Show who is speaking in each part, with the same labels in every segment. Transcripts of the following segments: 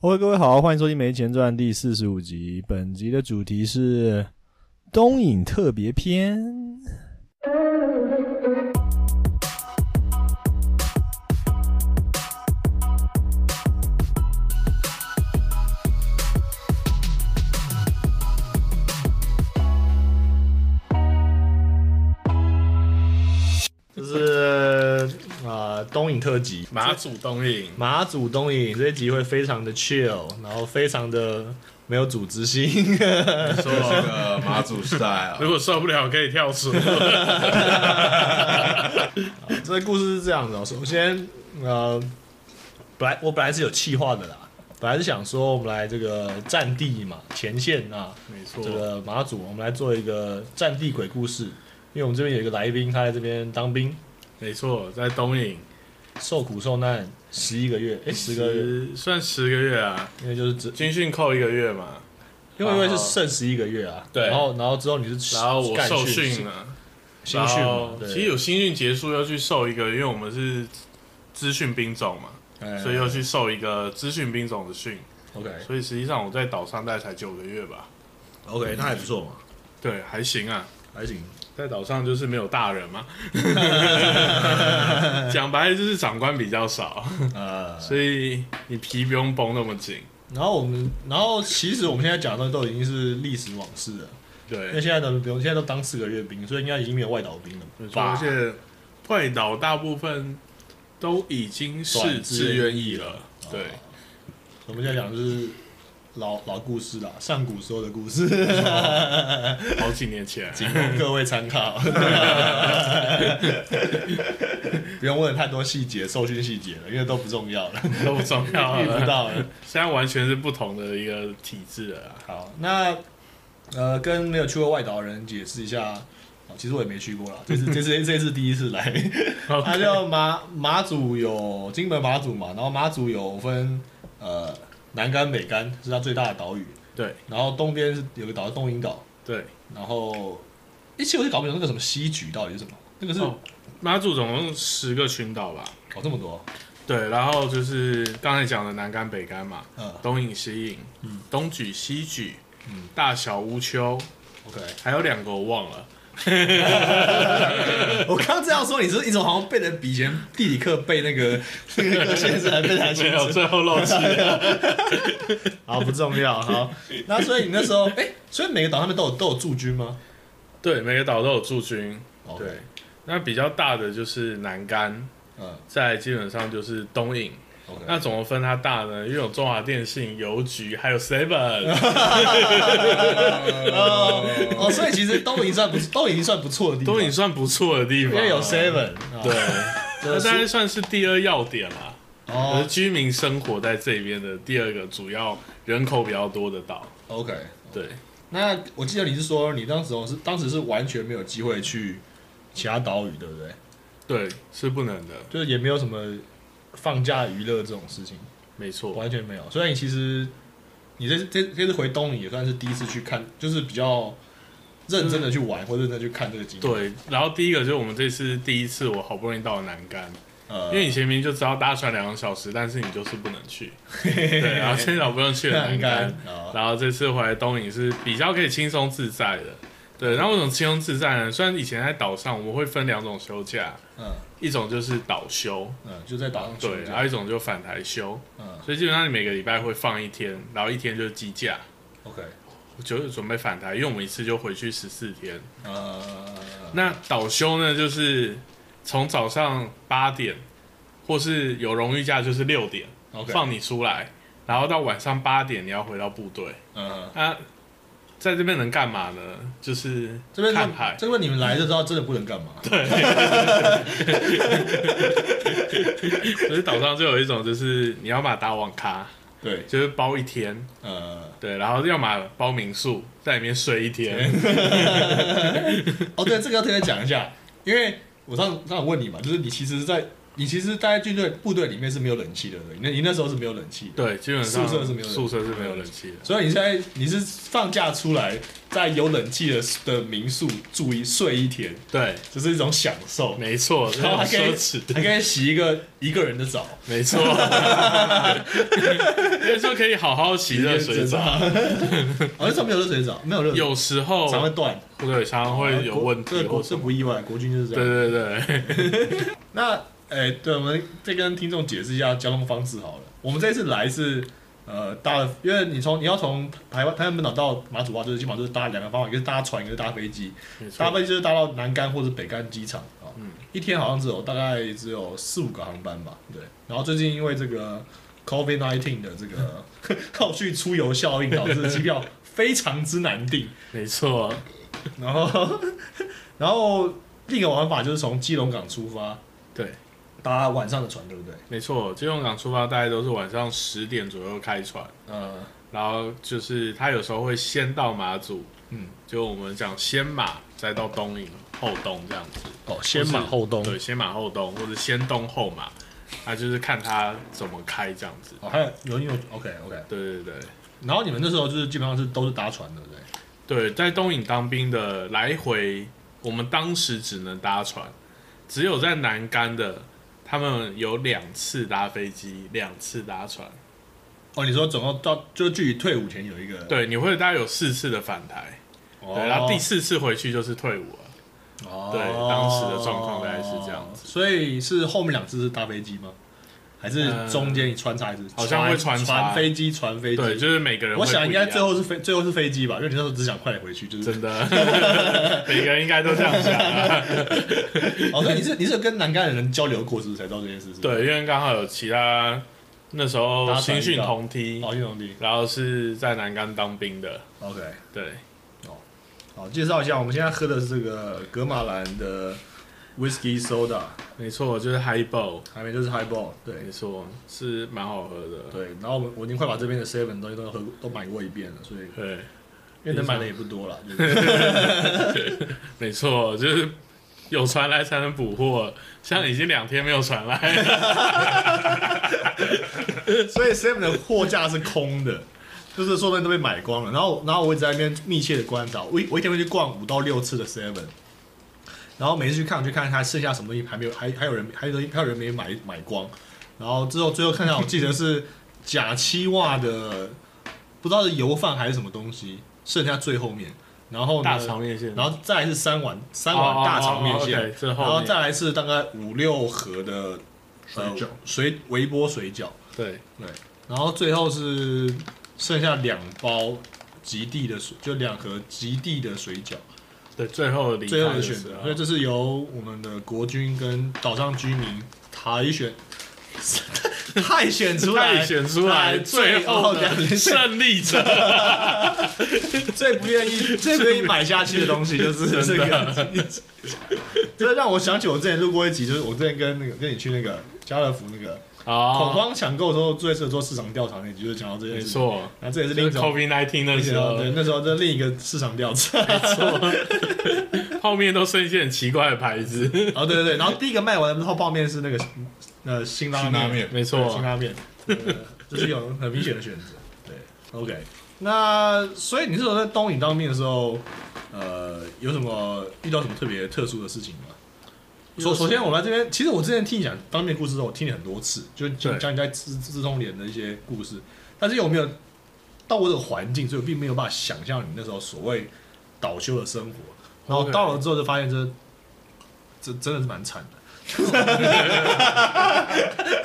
Speaker 1: OK，各位好，欢迎收听《没钱赚》第四十五集。本集的主题是东影特别篇。就是呃，东影特辑，
Speaker 2: 马祖东影，
Speaker 1: 马祖东影这一集会非常的 chill，然后非常的没有组织性。
Speaker 3: 说这个马祖时代啊，
Speaker 2: 如果受不了可以跳水。
Speaker 1: 这个故事是这样的哦、首先，呃，本来我本来是有气划的啦，本来是想说我们来这个战地嘛，前线啊，
Speaker 2: 没错
Speaker 1: 这，个马祖，我们来做一个战地鬼故事，因为我们这边有一个来宾，他在这边当兵，
Speaker 2: 没错，在东影
Speaker 1: 受苦受难十一个月，哎，十个月，
Speaker 2: 十算十个月啊，
Speaker 1: 因为就是只
Speaker 2: 军训扣一个月嘛，
Speaker 1: 因为因为是剩十一个月啊，
Speaker 2: 对
Speaker 1: 然后然后之后你是
Speaker 2: 然后我
Speaker 1: 干
Speaker 2: 受
Speaker 1: 训
Speaker 2: 训了，
Speaker 1: 新训
Speaker 2: 然
Speaker 1: 嘛
Speaker 2: 后，
Speaker 1: 对
Speaker 2: 其实有新训结束要去受一个，因为我们是资讯兵种嘛，
Speaker 1: 哎
Speaker 2: 所以要去受一个资讯兵种的训，
Speaker 1: OK
Speaker 2: 所以实际上我在岛上待才九个月吧，
Speaker 1: OK，那还不错嘛，
Speaker 2: 对，还行啊，
Speaker 1: 还行，
Speaker 2: 在岛上就是没有大人嘛， 讲白了就是长官比较少，
Speaker 1: 呃，
Speaker 2: 所以你皮不用绷那么紧，
Speaker 1: 然后我们，然后其实我们现在讲的都已经是历史往事了，因为
Speaker 2: 对，
Speaker 1: 现在的不用，现在都当四个月兵，所以应该已经没有外岛兵了
Speaker 2: 没错而？
Speaker 1: 吧
Speaker 2: 且外岛大部分都已经是志
Speaker 1: 转志
Speaker 2: 愿
Speaker 1: 愿
Speaker 2: 役了，哦对，
Speaker 1: 我们现在讲的是老老故事啦，上古时候的故 事，
Speaker 2: 好几年前，
Speaker 1: 仅供各位参 考。不用问太多细节，受训细节了，因为都不重要 了，
Speaker 2: 都不重要
Speaker 1: 遇不
Speaker 2: 了，
Speaker 1: 到了。
Speaker 2: 现在完全是不同的一个体制 了啦。
Speaker 1: 好，那呃，跟没有去过外岛的人解释一下，哦其实我也没去过啦，这次这次这次第一次来，它叫马马祖有金门马祖嘛，然后马祖有分呃南竿北竿是它最大的岛屿，
Speaker 2: 对
Speaker 1: 然后东边是有个岛叫东引岛，
Speaker 2: 对，
Speaker 1: 然后一其实我就搞不懂那个什么西局到底是什么，那个是
Speaker 2: 哦
Speaker 1: 哦
Speaker 2: 马祖总共十个群岛吧，
Speaker 1: 这么多，
Speaker 2: 对，然后就是刚才讲的南干北干嘛，
Speaker 1: 嗯
Speaker 2: 东引西引，东举西举
Speaker 1: 嗯，
Speaker 2: 大小乌丘，
Speaker 1: ，OK，
Speaker 2: 还有两个我忘了，
Speaker 1: 我刚刚这样说，你是一种好像背的比以前地理课背那个那个各先生还背台
Speaker 2: 没有，最后漏气了。
Speaker 1: 好，不重要。好，那所以你那时候，哎、所以每个岛上面都有都有驻军吗？ 哦
Speaker 2: 对，每个岛都有驻军，对
Speaker 1: OK，，
Speaker 2: 那比较大的就是南干，
Speaker 1: 嗯
Speaker 2: 再基本上就是东引。
Speaker 1: ，OK，
Speaker 2: 那怎么分它大呢？因为有中华电信、邮局，还有 Seven，
Speaker 1: 哦哦，所以其实都已经算不都已经算不错的地方，
Speaker 2: 东引算不错的地
Speaker 1: 因
Speaker 2: 方，
Speaker 1: 为有 Seven，啊
Speaker 2: 对，
Speaker 1: 对
Speaker 2: 那当然算是第二要点啦。而
Speaker 1: 哦
Speaker 2: 居民生活在这边的第二个主要人口比较多的岛，
Speaker 1: ，OK。
Speaker 2: 对，
Speaker 1: 那我记得你是说你当时我是当时是完全没有机会去其他岛屿，对不对？
Speaker 2: 对，是不能的，
Speaker 1: 就是也没有什么放假娱乐这种事情，
Speaker 2: 没错，
Speaker 1: 完全没有。所以你其实你这这这次回东岭也算是第一次去看，就是比较认真的去玩或认真地去看这个景点。
Speaker 2: 对。然后第一个就是我们这次第一次，我好不容易到了南干，
Speaker 1: 呃
Speaker 2: 因 为以前明明就知道搭船两个小时，但是你就是不能去，对， 然后现在好不容易去了南干，
Speaker 1: 啊，
Speaker 2: 然后这次回来东影是比较可以轻松自在的，对。然后为什么轻松自在呢？虽然以前在岛上我们会分两种休假，
Speaker 1: 嗯
Speaker 2: 一种就是岛休，
Speaker 1: 嗯，就在岛上
Speaker 2: 对，
Speaker 1: 睡
Speaker 2: 然后
Speaker 1: 觉，
Speaker 2: 一种就返台休，
Speaker 1: 嗯
Speaker 2: 所以基本上你每个礼拜会放一天，然后一天就是机假，
Speaker 1: ，OK，
Speaker 2: 就是准备返台，因为我们一次就回去十四天。
Speaker 1: 呃，
Speaker 2: 那岛休呢，就是从早上八点，或是有荣誉假就是六点
Speaker 1: OK，
Speaker 2: 放你出来，然后到晚上八点你要回到部队。
Speaker 1: 嗯，
Speaker 2: 那、在这边能干嘛呢？就是
Speaker 1: 这边
Speaker 2: 看海，
Speaker 1: 这边你们来就知道真的不能干嘛，
Speaker 2: 可是岛上就有一种就是你要么打网咖，
Speaker 1: 对，
Speaker 2: 就是包一天，
Speaker 1: 呃，
Speaker 2: 对，然后要么包民宿，在里面睡一天，
Speaker 1: 哦，对，这个要特别讲一下，因为我上上有问你嘛，就是你其实，在你其实待在军队部队里面是没有冷气的，对不对那你那时候是没有冷气的，
Speaker 2: 对，基本上
Speaker 1: 宿舍是没有冷气
Speaker 2: 宿舍是没有冷气的。
Speaker 1: 所以你现在你是放假出来，在有冷气的的民宿住一睡一天，
Speaker 2: 对，
Speaker 1: 这是一种享受。
Speaker 2: 没错，
Speaker 1: 然后还
Speaker 2: 这
Speaker 1: 啊可
Speaker 2: 种
Speaker 1: 以
Speaker 2: 奢侈，
Speaker 1: 还可以洗一个一个人的澡，
Speaker 2: 没错， 有时候可以好好洗热水澡，。
Speaker 1: 好像上面有热水澡，没有热水
Speaker 2: 有时候
Speaker 1: 常会断，
Speaker 2: 对常常会有问
Speaker 1: 这
Speaker 2: 题
Speaker 1: 个
Speaker 2: 或
Speaker 1: 国
Speaker 2: 什
Speaker 1: 这
Speaker 2: 么，
Speaker 1: 不意外，国军就是这
Speaker 2: 对
Speaker 1: 样。
Speaker 2: 对对，
Speaker 1: 那哎，对，我们再跟听众解释一下交通方式好了。我们这次来是呃搭了，因为你从你要从台湾台湾本岛到马祖哇，就是基本上就是搭两个方法，一个是搭船，一个是搭飞机。
Speaker 2: 没错
Speaker 1: 搭飞机就是搭到南干或者北干机场啊，
Speaker 2: 嗯
Speaker 1: 一天好像只有大概只有四五个航班吧，对。然后最近因为这个 COVID 1 9的这个 后续出游效应，导致机票非常之难订。
Speaker 2: 没错，
Speaker 1: 然后，然后另一个玩法就是从基隆港出发，
Speaker 2: 对，
Speaker 1: 搭晚上的船，对不对？
Speaker 2: 没错，基隆港出发大概都是晚上十点左右开船，
Speaker 1: 呃，
Speaker 2: 然后就是他有时候会先到马祖，
Speaker 1: 嗯，
Speaker 2: 就我们讲先马，再到东引后东这样子，
Speaker 1: 哦，先马后东。
Speaker 2: 对，先马后东或者先东后马，啊，就是看他怎么开这样子，
Speaker 1: 哦，还有有有 OK OK，
Speaker 2: 对对对。
Speaker 1: 然后你们那时候就是基本上是都是搭船，对不对？
Speaker 2: 对，在东引当兵的来回，我们当时只能搭船，只有在南干的，他们有两次搭飞机，两次搭船。
Speaker 1: 哦，你说总共到就距离退伍前有一个，
Speaker 2: 对，你会大概有四次的返台，
Speaker 1: 哦，
Speaker 2: 对，然后第四次回去就是退伍了。
Speaker 1: 哦
Speaker 2: 对当时的状况大概是这样子
Speaker 1: 所以是后面两次是搭飞机吗？还是中间你穿插一次？
Speaker 2: 呃好像会穿插
Speaker 1: 船飞机，船飞
Speaker 2: 对，
Speaker 1: 机。
Speaker 2: 就是每个人会
Speaker 1: 我想应该
Speaker 2: 不一样
Speaker 1: 最后是飞，最后是飞机吧，因为你那时候只想快点回去，就是
Speaker 2: 真的，每个人应该都这样想、啊。
Speaker 1: 哦，所以你是你是有跟南干的人交流过，是不是才知道这件事？是不是，
Speaker 2: 对，因为刚好有其他那时候
Speaker 1: 搭船
Speaker 2: 新
Speaker 1: 遇
Speaker 2: 训
Speaker 1: 到
Speaker 2: 同梯，
Speaker 1: 哦，运动地
Speaker 2: 然后是在南干当兵的，
Speaker 1: ，OK，
Speaker 2: 对，
Speaker 1: 好，介绍一下，我们现在喝的是这个格马兰的 Whisky Soda，
Speaker 2: 没错，就是 highball。
Speaker 1: 旁边就是 Highball，对
Speaker 2: 没错，是蛮好喝的。
Speaker 1: 对，然后我们我已经快把这边的 Seven 东西都喝过都买过一遍了，所以
Speaker 2: 对，
Speaker 1: 因为能买的也不多 了，就是
Speaker 2: 没错，就是有传来才能捕获，像已经两天没有传来了。
Speaker 1: 所以 Seven 的货架是空的。就是说东西都被买光了，然后然后我一直在那边密切的观察，我一我一天会去逛五到六次的 Seven，然后每次去看我去看它剩下什么东西还没有，还还有人还有东西还有人没买买光，然后之后最后看到我记得是假期袜的，不知道是油饭还是什么东西，剩下最后面，然后呢
Speaker 2: 大肠面线，
Speaker 1: 然后再来是三碗三碗大肠面线，
Speaker 2: 哦哦哦，OK，最
Speaker 1: 然
Speaker 2: 后
Speaker 1: 后
Speaker 2: 面
Speaker 1: 再来是大概五六盒的
Speaker 3: 水
Speaker 1: 呃
Speaker 3: 饺
Speaker 1: 水微波水饺，
Speaker 2: 对
Speaker 1: 然后最后是剩下两包极地的水，就两盒极地的水饺，
Speaker 2: 对最后离开
Speaker 1: 最后的
Speaker 2: 时
Speaker 1: 选
Speaker 2: 候
Speaker 1: 择。所以这是由我们的国军跟岛上居民海选。太选 出来，
Speaker 2: 再选出来最后
Speaker 1: 两
Speaker 2: 的
Speaker 1: 名
Speaker 2: 胜利者，
Speaker 1: 最不愿意、最不愿意买下去的东西就是这个。这让我想起我之前录过一集，就是我之前跟那个跟你去那个家乐福那个恐
Speaker 2: 哦，
Speaker 1: 慌抢购的时候，最适合做市场调查那集，就是讲到这件
Speaker 2: 没
Speaker 1: 事。
Speaker 2: 错，
Speaker 1: 然后这也是另
Speaker 2: 就
Speaker 1: 一
Speaker 2: 是
Speaker 1: 种，
Speaker 2: COVID 19的时候，
Speaker 1: 哦对，那时候这另一个市场调查。
Speaker 2: 后面都剩一些很奇怪的牌 子，
Speaker 1: 哦，对对对，然后第一个卖完的泡泡面是那个呃辛拉
Speaker 3: 辛拉面
Speaker 2: 没
Speaker 1: 对辛
Speaker 2: 错，
Speaker 1: 拉面，对对对这是一种很明显的选择。对，OK，那所以你是说在东影当兵的时候，呃，有什么遇到什么特别特殊的事情吗？首首先，我们来这边，其实我之前听你讲当面故事的时候，我听你很多次，就是讲
Speaker 2: 对
Speaker 1: 讲你在自自中连的一些故事，但是有没有到我这个环境，所以我并没有办法想象你那时候所谓倒休的生活，然后
Speaker 2: OK
Speaker 1: 到了之后就发现这这真的是蛮惨的，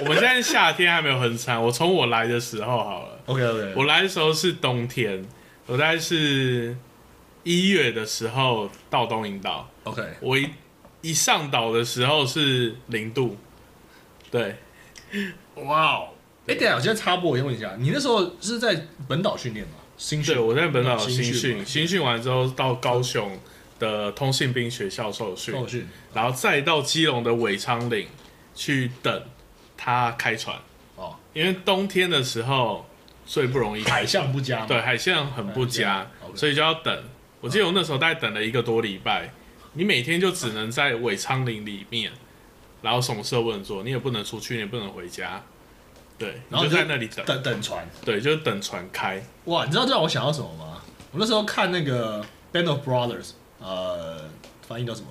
Speaker 2: 我们现在夏天还没有很惨，我从我来的时候好了。
Speaker 1: OK OK，
Speaker 2: 我来的时候是冬天，我大概是一月的时候到东引岛，
Speaker 1: OK，
Speaker 2: 我一一上岛的时候是零度，对，
Speaker 1: 哇哦！哎，等一下，我先插播，我先问一啊下，你那时候是在本岛训练吗？新训
Speaker 2: 对，？我在本岛
Speaker 1: 新
Speaker 2: 新
Speaker 1: 训嘛
Speaker 2: 训，新训完之后到高雄的通信兵学校受训，
Speaker 1: 受训？
Speaker 2: 然后再到基隆的尾昌岭去等他开船，
Speaker 1: 哦，
Speaker 2: 因为冬天的时候最不容易开
Speaker 1: 海象不佳嘛。
Speaker 2: 对，海鲜很不佳
Speaker 1: 海，鲜
Speaker 2: 所以就要等。我记得我那时候大概等了一个多礼拜，你每天就只能在尾昌林里面，然后什么事都不能做，你也不能出去，你也不能回家，对，
Speaker 1: 然后
Speaker 2: 你就
Speaker 1: 你就
Speaker 2: 在那里等，
Speaker 1: 等等船。
Speaker 2: 对，就是等船开。
Speaker 1: 哇，你知道这让我想到什么吗？我那时候看那个《Band of Brothers》，呃，翻译叫什么？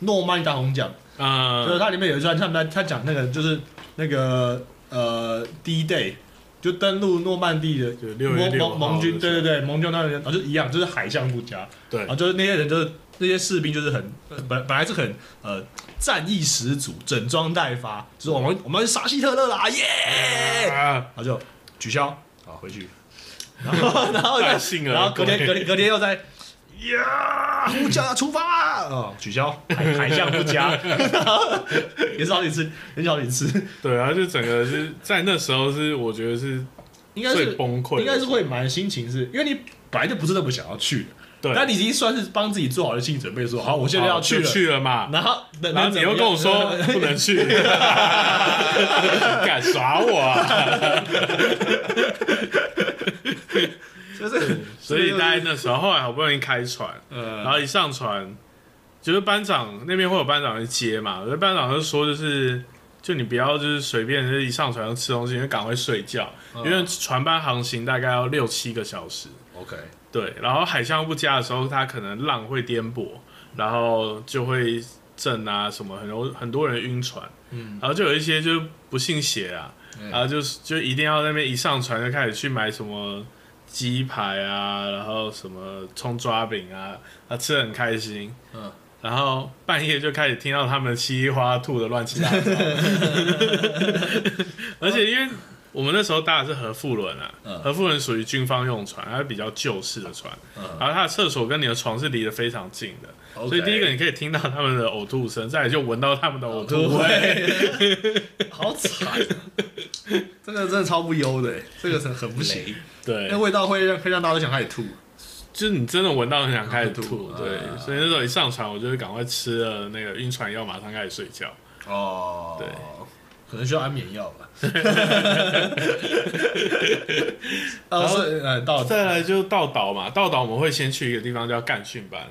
Speaker 1: 诺曼底大红奖，就是
Speaker 2: 呃，
Speaker 1: 它里面有一段，他们在他讲那个就是那个呃第一 day 就登陆诺曼底的
Speaker 2: 就六月
Speaker 1: 盟
Speaker 2: 六号
Speaker 1: 盟盟军，
Speaker 2: 的时
Speaker 1: 对
Speaker 2: 候
Speaker 1: 对对，盟军那人，然后就一样，就是海象不佳，
Speaker 2: 对
Speaker 1: 然后就是那些人就是那些士兵就是很呃本本来是很呃战意十足，整装待发，就是我们我们要去杀希特勒啦，耶！
Speaker 2: 啊，
Speaker 1: 然后就取消，好回去，然后然后
Speaker 2: 太
Speaker 1: 就
Speaker 2: 幸了
Speaker 1: 然后隔
Speaker 2: 各位
Speaker 1: 天隔天隔天又在呀呼叫要出发哦，取消海海象不佳， 然后也是好几次，也是好几次，
Speaker 2: 对啊，就整个是在那时候是我觉得是
Speaker 1: 应该
Speaker 2: 最
Speaker 1: 是
Speaker 2: 崩溃的，
Speaker 1: 应该是会蛮心情是，因为你本来就不是那么想要去的，
Speaker 2: 对，
Speaker 1: 但你已经算是帮自己做好了心理准备，说好我现在要
Speaker 2: 好
Speaker 1: 去
Speaker 2: 就
Speaker 1: 了，
Speaker 2: 去了嘛，
Speaker 1: 然后然
Speaker 2: 然后你又跟我说不能去， 敢耍我啊！
Speaker 1: 就是
Speaker 2: 所以大概那时候，后来好不容易开船，
Speaker 1: 呃
Speaker 2: 然后一上船，就是班长那边会有班长去接嘛，所以班长就说就是。就你不要就是随便就是一上船就吃东西，你就赶快睡觉，
Speaker 1: 嗯
Speaker 2: 因为船班航行大概要六七个小时，
Speaker 1: 哦 OK
Speaker 2: 对，然后海象不佳的时候，它可能浪会颠簸，然后就会震啊什么，很多很多人晕船，
Speaker 1: 嗯，
Speaker 2: 然后就有一些就不信邪啊，
Speaker 1: 嗯
Speaker 2: 然后就是就一定要那边一上船就开始去买什么鸡排啊，然后什么葱抓饼啊，啊吃的很开心，
Speaker 1: 嗯，
Speaker 2: 然后半夜就开始听到他们稀里哗啦吐的乱七八 糟，而且因为我们那时候搭的是核复轮啊，
Speaker 1: 嗯
Speaker 2: 核复轮属于军方用船，它是比较旧式的船，
Speaker 1: 嗯
Speaker 2: 然后它的厕所跟你的床是离得非常近的
Speaker 1: OK
Speaker 2: 所以第一个你可以听到他们的呕吐声，再来就闻到他们的呕吐味。
Speaker 1: 会，好惨啊， 这个真的超不优的欸，这个很很不行，
Speaker 2: 对
Speaker 1: 那，味道会让会让大家都想开始吐。
Speaker 2: 就是你真的闻到很想开始吐，
Speaker 1: 啊
Speaker 2: 对，嗯所以那时候一上船，我就会赶快吃了那个晕船药，马上开始睡觉。
Speaker 1: 哦，
Speaker 2: 对，
Speaker 1: 可能需要安眠药 吧。然
Speaker 2: 然后
Speaker 1: 后呃，到
Speaker 2: 再来就到岛嘛，到岛我们会先去一个地方叫干训班，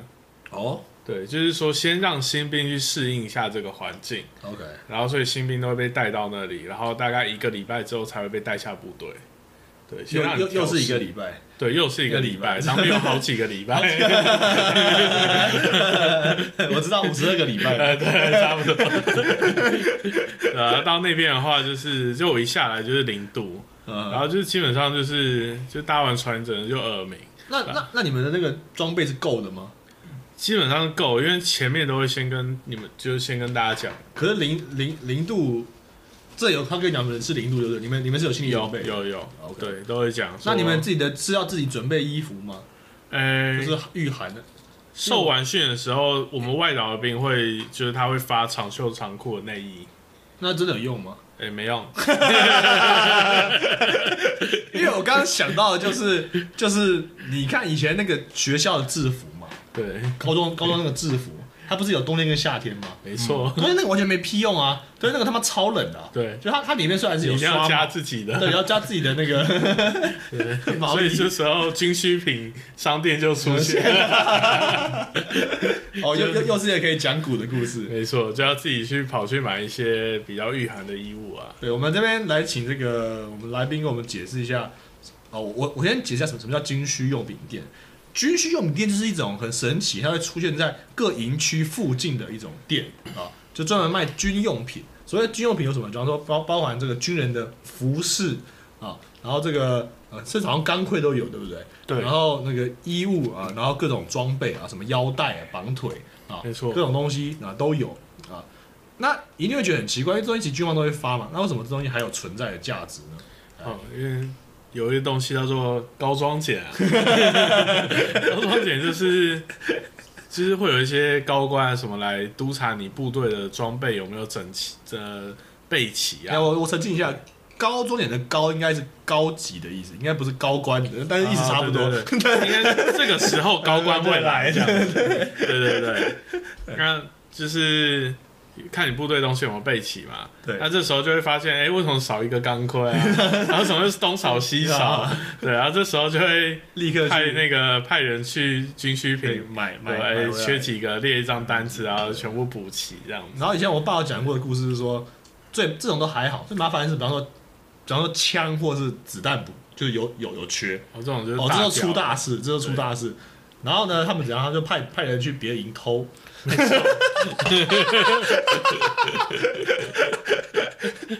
Speaker 1: 哦
Speaker 2: 对，就是说先让新兵去适应一下这个环境，
Speaker 1: ，OK，
Speaker 2: 然后所以新兵都会被带到那里，然后大概一个礼拜之后才会被带下部队。对，先
Speaker 1: 又
Speaker 2: 让你
Speaker 1: 又又是一个
Speaker 2: 调试
Speaker 1: 礼拜，
Speaker 2: 对，又是一个礼拜，
Speaker 1: 一个礼拜
Speaker 2: 当兵有好几个礼 拜，
Speaker 1: 我知道五十二个礼拜，
Speaker 2: 对，差不多。对啊，到那边的话，就是就我一下来就是零度，然
Speaker 1: 嗯，
Speaker 2: 后就是基本上就是就搭完船整个就耳鸣，
Speaker 1: 那那那你们的那个装备是够的吗？
Speaker 2: 基本上够，因为前面都会先跟你们就是先跟大家讲，
Speaker 1: 可是零零零度，这有他跟你讲你们是零度，对不对？你们你们是有心理准
Speaker 2: 有
Speaker 1: 备的，
Speaker 2: 有有
Speaker 1: OK，
Speaker 2: 对，都会讲说。
Speaker 1: 那你们自己的是要自己准备衣服吗？
Speaker 2: 呃，
Speaker 1: 就是御寒的，
Speaker 2: 受完训的时候，我们外岛的兵会就是他会发长袖长裤的内衣，
Speaker 1: 那真的有用吗？
Speaker 2: 哎、没用，
Speaker 1: 因为我刚刚想到的就是就是你看以前那个学校的制服嘛，
Speaker 2: 对，
Speaker 1: 高中高中那个制服，它不是有冬天跟夏天吗？
Speaker 2: 没错，
Speaker 1: 可是那个完全没屁用啊！对，那个他妈超冷的啊、
Speaker 2: 对，
Speaker 1: 就它它里面虽然是
Speaker 2: 你
Speaker 1: 有
Speaker 2: 一定要
Speaker 1: 刷
Speaker 2: 加
Speaker 1: 嘛，
Speaker 2: 自己
Speaker 1: 对，
Speaker 2: 的，
Speaker 1: 你要加自己的 那个 毛
Speaker 2: 所以
Speaker 1: 衣
Speaker 2: 这时候军需品商店就出现了，
Speaker 1: 哦，又又又是一个可以讲古的故事。
Speaker 2: 没错，就要自己去跑去买一些比较御寒的衣物啊，
Speaker 1: 对，我们这边来请这个我们来宾给我们解释一下。哦，我我先解释一下什么什么叫军需用品店。军需用品店就是一种很神奇，它会出现在各营区附近的一种店啊，就专门卖军用品。所谓军用品有什么？比方说包包含这个军人的服饰啊，然后这个呃，甚至好像钢盔都有，对不对？
Speaker 2: 对
Speaker 1: 然后那个衣物啊，然后各种装备啊，什么腰带啊、绑腿啊，
Speaker 2: 没错
Speaker 1: 各种东西啊都有啊。那一定会觉得很奇怪，因为这东西其实军方都会发嘛，那为什么这东西还有存在的价值呢？
Speaker 2: 哦，因为有一个东西叫做高装检啊， 高装检就是就是会有一些高官啊什么来督察你部队的装备有没有整齐呃备齐
Speaker 1: 哎、
Speaker 2: 啊。
Speaker 1: 我我澄清一下，高中点的高应该是高级的意思，应该不是高官的，但是意思差不多。
Speaker 2: 啊对 对对应该是这个时候高官会来，这样子对对对，那就是看你部队东西有没有备齐嘛。
Speaker 1: 对
Speaker 2: 那这时候就会发现，哎、为什么少一个钢盔啊？然后什么是东少西少？
Speaker 1: 啊
Speaker 2: 对，然后这时候就会
Speaker 1: 立刻
Speaker 2: 派
Speaker 1: 去
Speaker 2: 那个派人去军需
Speaker 1: 对
Speaker 2: 品
Speaker 1: 买买
Speaker 2: 买，
Speaker 1: 买
Speaker 2: 哎，
Speaker 1: 回来
Speaker 2: 缺几个列一张单子，然后全部补齐这样子。
Speaker 1: 然后以前我爸有讲过的故事是说，最这种都还好，最麻烦的是比方说，比方说枪或是子弹不就是有有有缺，
Speaker 2: 哦，这种就是
Speaker 1: 哦，这
Speaker 2: 条
Speaker 1: 就出大事，这就出大事。然后呢，他们怎样？他就派派人去别的营 偷，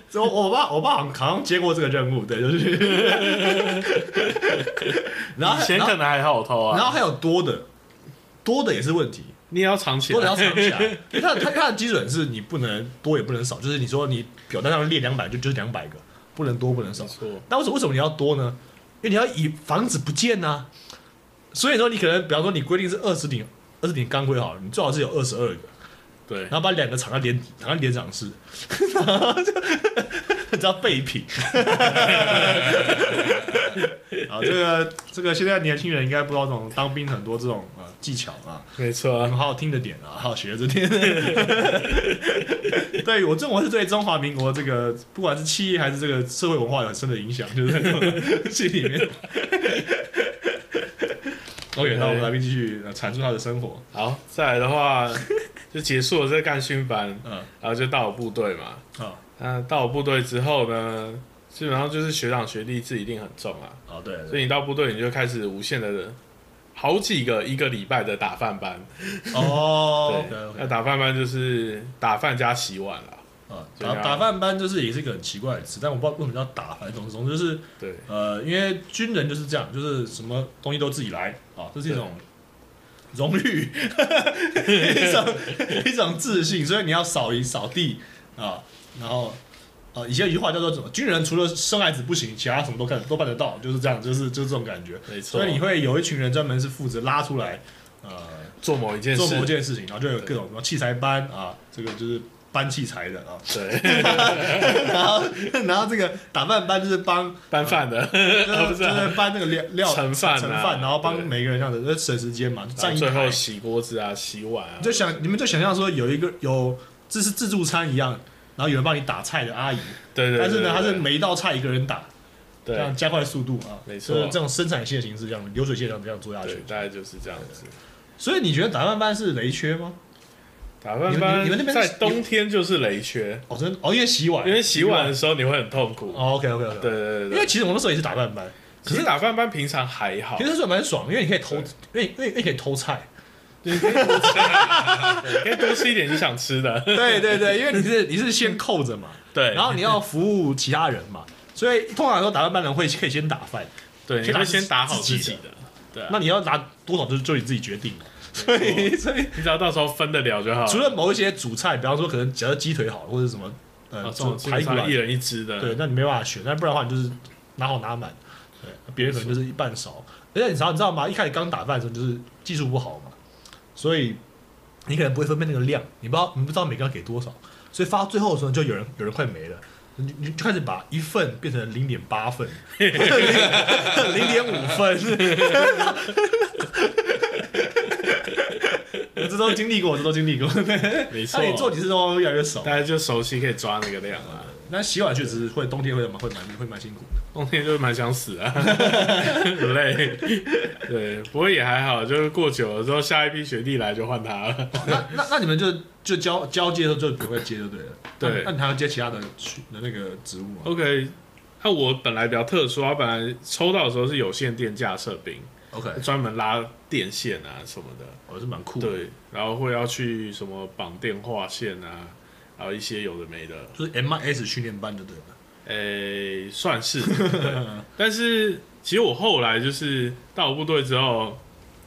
Speaker 1: 所以我我爸我爸好像好像接过这个任务，对，就是， 然后
Speaker 2: 以前
Speaker 1: 然后
Speaker 2: 可能还好偷
Speaker 1: 然后
Speaker 2: 啊，
Speaker 1: 还有多的，多的也是问题，
Speaker 2: 你也要藏起
Speaker 1: 多的要
Speaker 2: 来。
Speaker 1: 藏起来，因为它它因为它的基准是你不能多也不能少，就是你说你表单上列两百就就是两百个，不能多不能少
Speaker 2: 没。错，
Speaker 1: 那为什么为什么你要多呢？因为你要以防止不见呐、啊所以说你可能，比方说你规定是二十顶，二十顶钢盔好了，你最好是有二十二个，
Speaker 2: 对，
Speaker 1: 然后把两个藏在连藏在连长室，然后就 你知道备 品。啊，这个这个现在年轻人应该不知道这种当兵很多这种呃技巧啊。
Speaker 2: 没错
Speaker 1: 很
Speaker 2: 啊，
Speaker 1: 好听的 点啊，好学着点。对我这我是对中华民国这个不管是企业还是这个社会文化有很深的影响，就是在这种戏里面。OK，那我们来宾继续呃阐述他的生活。
Speaker 2: 好，再来的 话就结束了这干训班，
Speaker 1: 嗯，
Speaker 2: 然后就到我部队嘛。
Speaker 1: 哦，
Speaker 2: 那到我部队之后呢，基本上就是学长学弟制一定很重啊，
Speaker 1: 哦，对，
Speaker 2: 所以你到部队你就开始无限的好几个一个礼拜的打饭班，
Speaker 1: 哦
Speaker 2: 对，
Speaker 1: ，OK，OK
Speaker 2: 那打饭班就是打饭加洗碗啦，
Speaker 1: 啊，
Speaker 2: 所以
Speaker 1: 打
Speaker 2: 他
Speaker 1: 打饭班就是也是一个很奇怪的词，但我不知道为什么叫打，反正总之总之就是
Speaker 2: 对，
Speaker 1: 呃，因为军人就是这样，就是什么东西都自己来啊，这是一种 荣誉，一种一种自信，所以你要扫一扫地啊，然后呃，以前有一句话叫做什么？军人除了生孩子不行，其他什么都干都办得到，就是这样，就是就是这种感觉。
Speaker 2: 没错，
Speaker 1: 所以你会有一群人专门是负责拉出来，呃，
Speaker 2: 做某一件
Speaker 1: 做某
Speaker 2: 事，
Speaker 1: 件事情，然后就有各种什么器材班啊，这个就是搬器材的啊，
Speaker 2: 对，
Speaker 1: 然后 然后这个打饭班就是 帮
Speaker 2: 搬饭的，
Speaker 1: 就是
Speaker 2: 不
Speaker 1: 就是是
Speaker 2: 啊
Speaker 1: 搬那个料 料
Speaker 2: 盛饭啊
Speaker 1: 盛饭，然后帮
Speaker 2: 对
Speaker 1: 每个人这样子就省时间嘛，就
Speaker 2: 然后
Speaker 1: 站一
Speaker 2: 最
Speaker 1: 排
Speaker 2: 后。洗锅子啊、洗碗啊，
Speaker 1: 你就想你们就想象说有一个有这是自助餐一样，然后有人帮你打菜的阿姨，
Speaker 2: 对，对对，
Speaker 1: 但是
Speaker 2: 对
Speaker 1: 呢，她是每一道菜一个人打，这
Speaker 2: 对
Speaker 1: 样加快速度啊，
Speaker 2: 没错
Speaker 1: 就是这种生产线形式这样，流水线这样这样做下
Speaker 2: 对，
Speaker 1: 去。
Speaker 2: 大概就是这样子。
Speaker 1: 所以你觉得打饭班是雷缺吗？
Speaker 2: 打饭
Speaker 1: 你们
Speaker 2: 班
Speaker 1: 你们那边
Speaker 2: 在冬天就是雷缺，
Speaker 1: 哦，真的哦，因为洗碗，
Speaker 2: 因为洗碗的时候你会很痛苦。
Speaker 1: 哦，OK OK OK，
Speaker 2: 对对对
Speaker 1: 因
Speaker 2: 对
Speaker 1: 为，其实我那时候也是打饭班，
Speaker 2: 可是打饭班平常还好
Speaker 1: 其，实那时候蛮爽，因为你可以偷，因
Speaker 2: 对
Speaker 1: 为因为因为可以偷菜。
Speaker 2: 可以多吃一点你想吃 的。
Speaker 1: 对对对，因 为你是你是先扣着嘛，
Speaker 2: 对，
Speaker 1: 然后你要服务其他人嘛，所以通常说打饭班人会可以先打饭，
Speaker 2: 对，你
Speaker 1: 先打
Speaker 2: 会先打好
Speaker 1: 自
Speaker 2: 自
Speaker 1: 己
Speaker 2: 己
Speaker 1: 的
Speaker 2: 的，对啊，
Speaker 1: 那你要拿多少就就你自己决定了。所以所以
Speaker 2: 你只要到时候分得了就好。
Speaker 1: 除了某一些主菜，比方说可能只要鸡腿好了或者什么呃
Speaker 2: 哦这种基
Speaker 1: 排
Speaker 2: 本
Speaker 1: 骨
Speaker 2: 上
Speaker 1: 啊
Speaker 2: 一，人一只的，
Speaker 1: 对，那你没办法选，但不然的话你就是拿好拿满，对，别人可能就是一半少。而且你知道你知道吗？一开始刚打饭的时候就是技术不好嘛，所以你可能不会分辨那个量，你不知道你不知道每个要给多少，所以发到最后的时候就有人有人快没了。你你就开始把一份变成零点八份，零点五份， 这都经历过，这都经历 过。
Speaker 2: 没错
Speaker 1: 那。你做几次之后越来越少，
Speaker 2: 大家就熟悉可以抓那个量啦。
Speaker 1: 那洗碗确实会冬天会蛮会蛮会蛮辛苦的。
Speaker 2: 冬天就蛮想死啊， 很累。对，不过也还好，就是过久了之后，下一批学弟来就换他了。
Speaker 1: 那那那你们就就交交接的时候就不会接就对了。
Speaker 2: 对
Speaker 1: 那那你还要接其他的去的那个职务吗
Speaker 2: OK，那我本来比较特殊啊，本来抽到的时候是有线电架设兵，
Speaker 1: ？OK，
Speaker 2: 专门拉电线啊什么的。
Speaker 1: 我是蛮酷的，
Speaker 2: 对，然后会要去什么绑电话线啊，然后一些有的没的，
Speaker 1: 就是 MIS 训练班就对了。
Speaker 2: 诶、算是。 对但是其实我后来就是到我部队之后，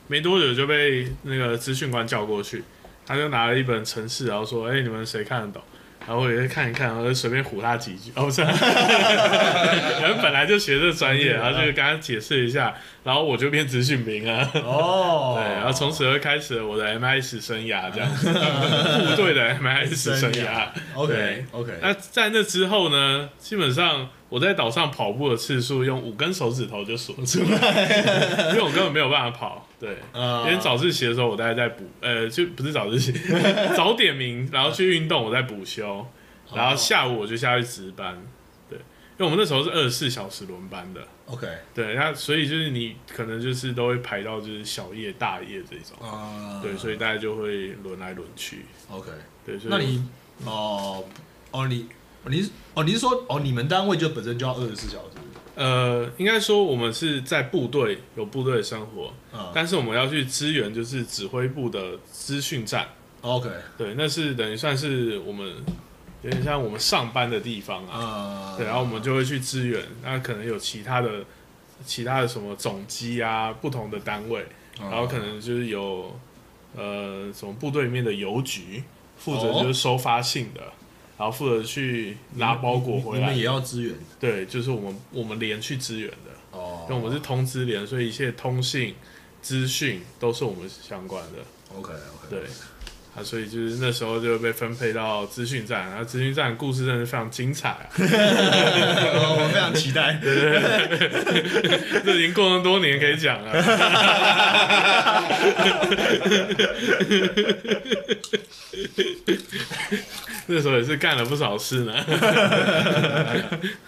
Speaker 2: 没多久就被那个资讯官叫过去，他就拿了一本程式，然后说：“哎、你们谁看得懂？”然后我也会看一看，然后就随便唬他几句。哦，不是， 我们本来就学这专业，然后就跟他解释一下，然后我就变资讯兵啊。
Speaker 1: 哦，
Speaker 2: 对，然后从此会开始我的 MIS 生涯，这样子，部队的 MIS 生涯。
Speaker 1: OK
Speaker 2: 对哎
Speaker 1: OK，
Speaker 2: 那在那之后呢，基本上我在 岛上跑步的次数用五根手指头就数得出来，因为我根本没有办法跑。对，因
Speaker 1: 啊
Speaker 2: 为早自习的时候我大概在补，呃，就不是早自习， 早点名，然后去运动，我在补休，然
Speaker 1: 哦
Speaker 2: 后下午我就下去值班。对，因为我们那时候是二十四小时轮班的，
Speaker 1: OK
Speaker 2: 对，那所以就是你可能就是都会排到就是小夜大夜这种，
Speaker 1: 啊，
Speaker 2: 对，所以大家就会轮来轮去。
Speaker 1: OK，
Speaker 2: 对，所以
Speaker 1: 那你哦哦你你是哦你是说哦你们单位就本身就要二十四小时
Speaker 2: 呃，应该说我们是在部队有部队的生活，
Speaker 1: 啊
Speaker 2: 但是我们要去支援就是指挥部的资讯站。
Speaker 1: ？OK
Speaker 2: 对，那是等于算是我们有点像我们上班的地方啊。
Speaker 1: 啊，
Speaker 2: 对，然后我们就会去支援，那可能有其他的、其他的什么总机啊，不同的单位，
Speaker 1: 嗯
Speaker 2: 然后可能就是有呃什么部队里面的邮局负责
Speaker 1: 哦
Speaker 2: 就是收发信的，然后负责去拿包裹回
Speaker 1: 哦你们
Speaker 2: 来
Speaker 1: 也。要支援
Speaker 2: 对，就是我们我们连去支援的，
Speaker 1: 哦
Speaker 2: 因为我们是通知连，所以一切通信、资讯都是我们相关的。
Speaker 1: OK OK
Speaker 2: 对，啊，所以就是那时候就被分配到资讯站，然后资讯站的故事真的是非常精彩啊！
Speaker 1: 我非 常期待。
Speaker 2: 这已经过那么多年可以讲了， 那时候也是干了不少事呢。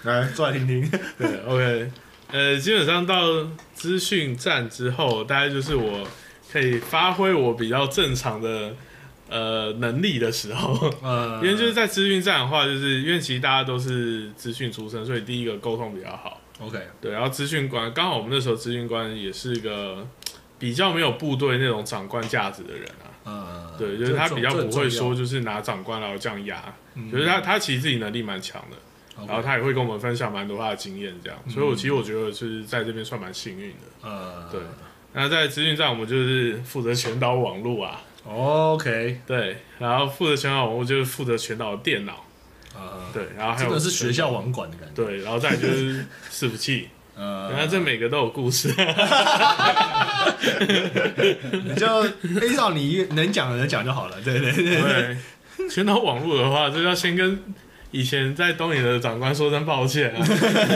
Speaker 1: 来，坐来听听。
Speaker 2: 对，OK，呃，基本上到资讯站之后，大概就是我可以发挥我比较正常的呃能力的时 候。
Speaker 1: 呃
Speaker 2: 因为就是在资讯站的话，就是因为其实大家都是资讯出身，所以第一个沟通比较好。
Speaker 1: OK，
Speaker 2: 对，然后资讯官刚好我们那时候资讯官也是一个比较没有部队那种长官架子的人啊。
Speaker 1: 呃，
Speaker 2: 对，就是他比较不会说
Speaker 1: 这很重
Speaker 2: 就是拿长官然后这样压，
Speaker 1: 嗯
Speaker 2: 就是他他其实自己能力蛮强的，
Speaker 1: 要，
Speaker 2: 然后他也会跟我们分享蛮多他的经验这样，所以我其实我觉得是在这边算蛮幸运的。
Speaker 1: 呃，
Speaker 2: 对，那在资讯站我们就是负责全岛网络啊，
Speaker 1: ，OK，
Speaker 2: 对，然后负责全岛网络就是负责全岛的电脑，
Speaker 1: 呃，
Speaker 2: 对，然后还
Speaker 1: 这
Speaker 2: 有
Speaker 1: 个是学校网管的感觉。
Speaker 2: 对，然后再来就是伺服 器，
Speaker 1: 呃，
Speaker 2: 然后这每个都有故事。
Speaker 1: 你就依照你能讲的能讲就好了。对对对，
Speaker 2: 对， 全岛网络的话，就要先跟以前在东影的长官说声抱歉、啊。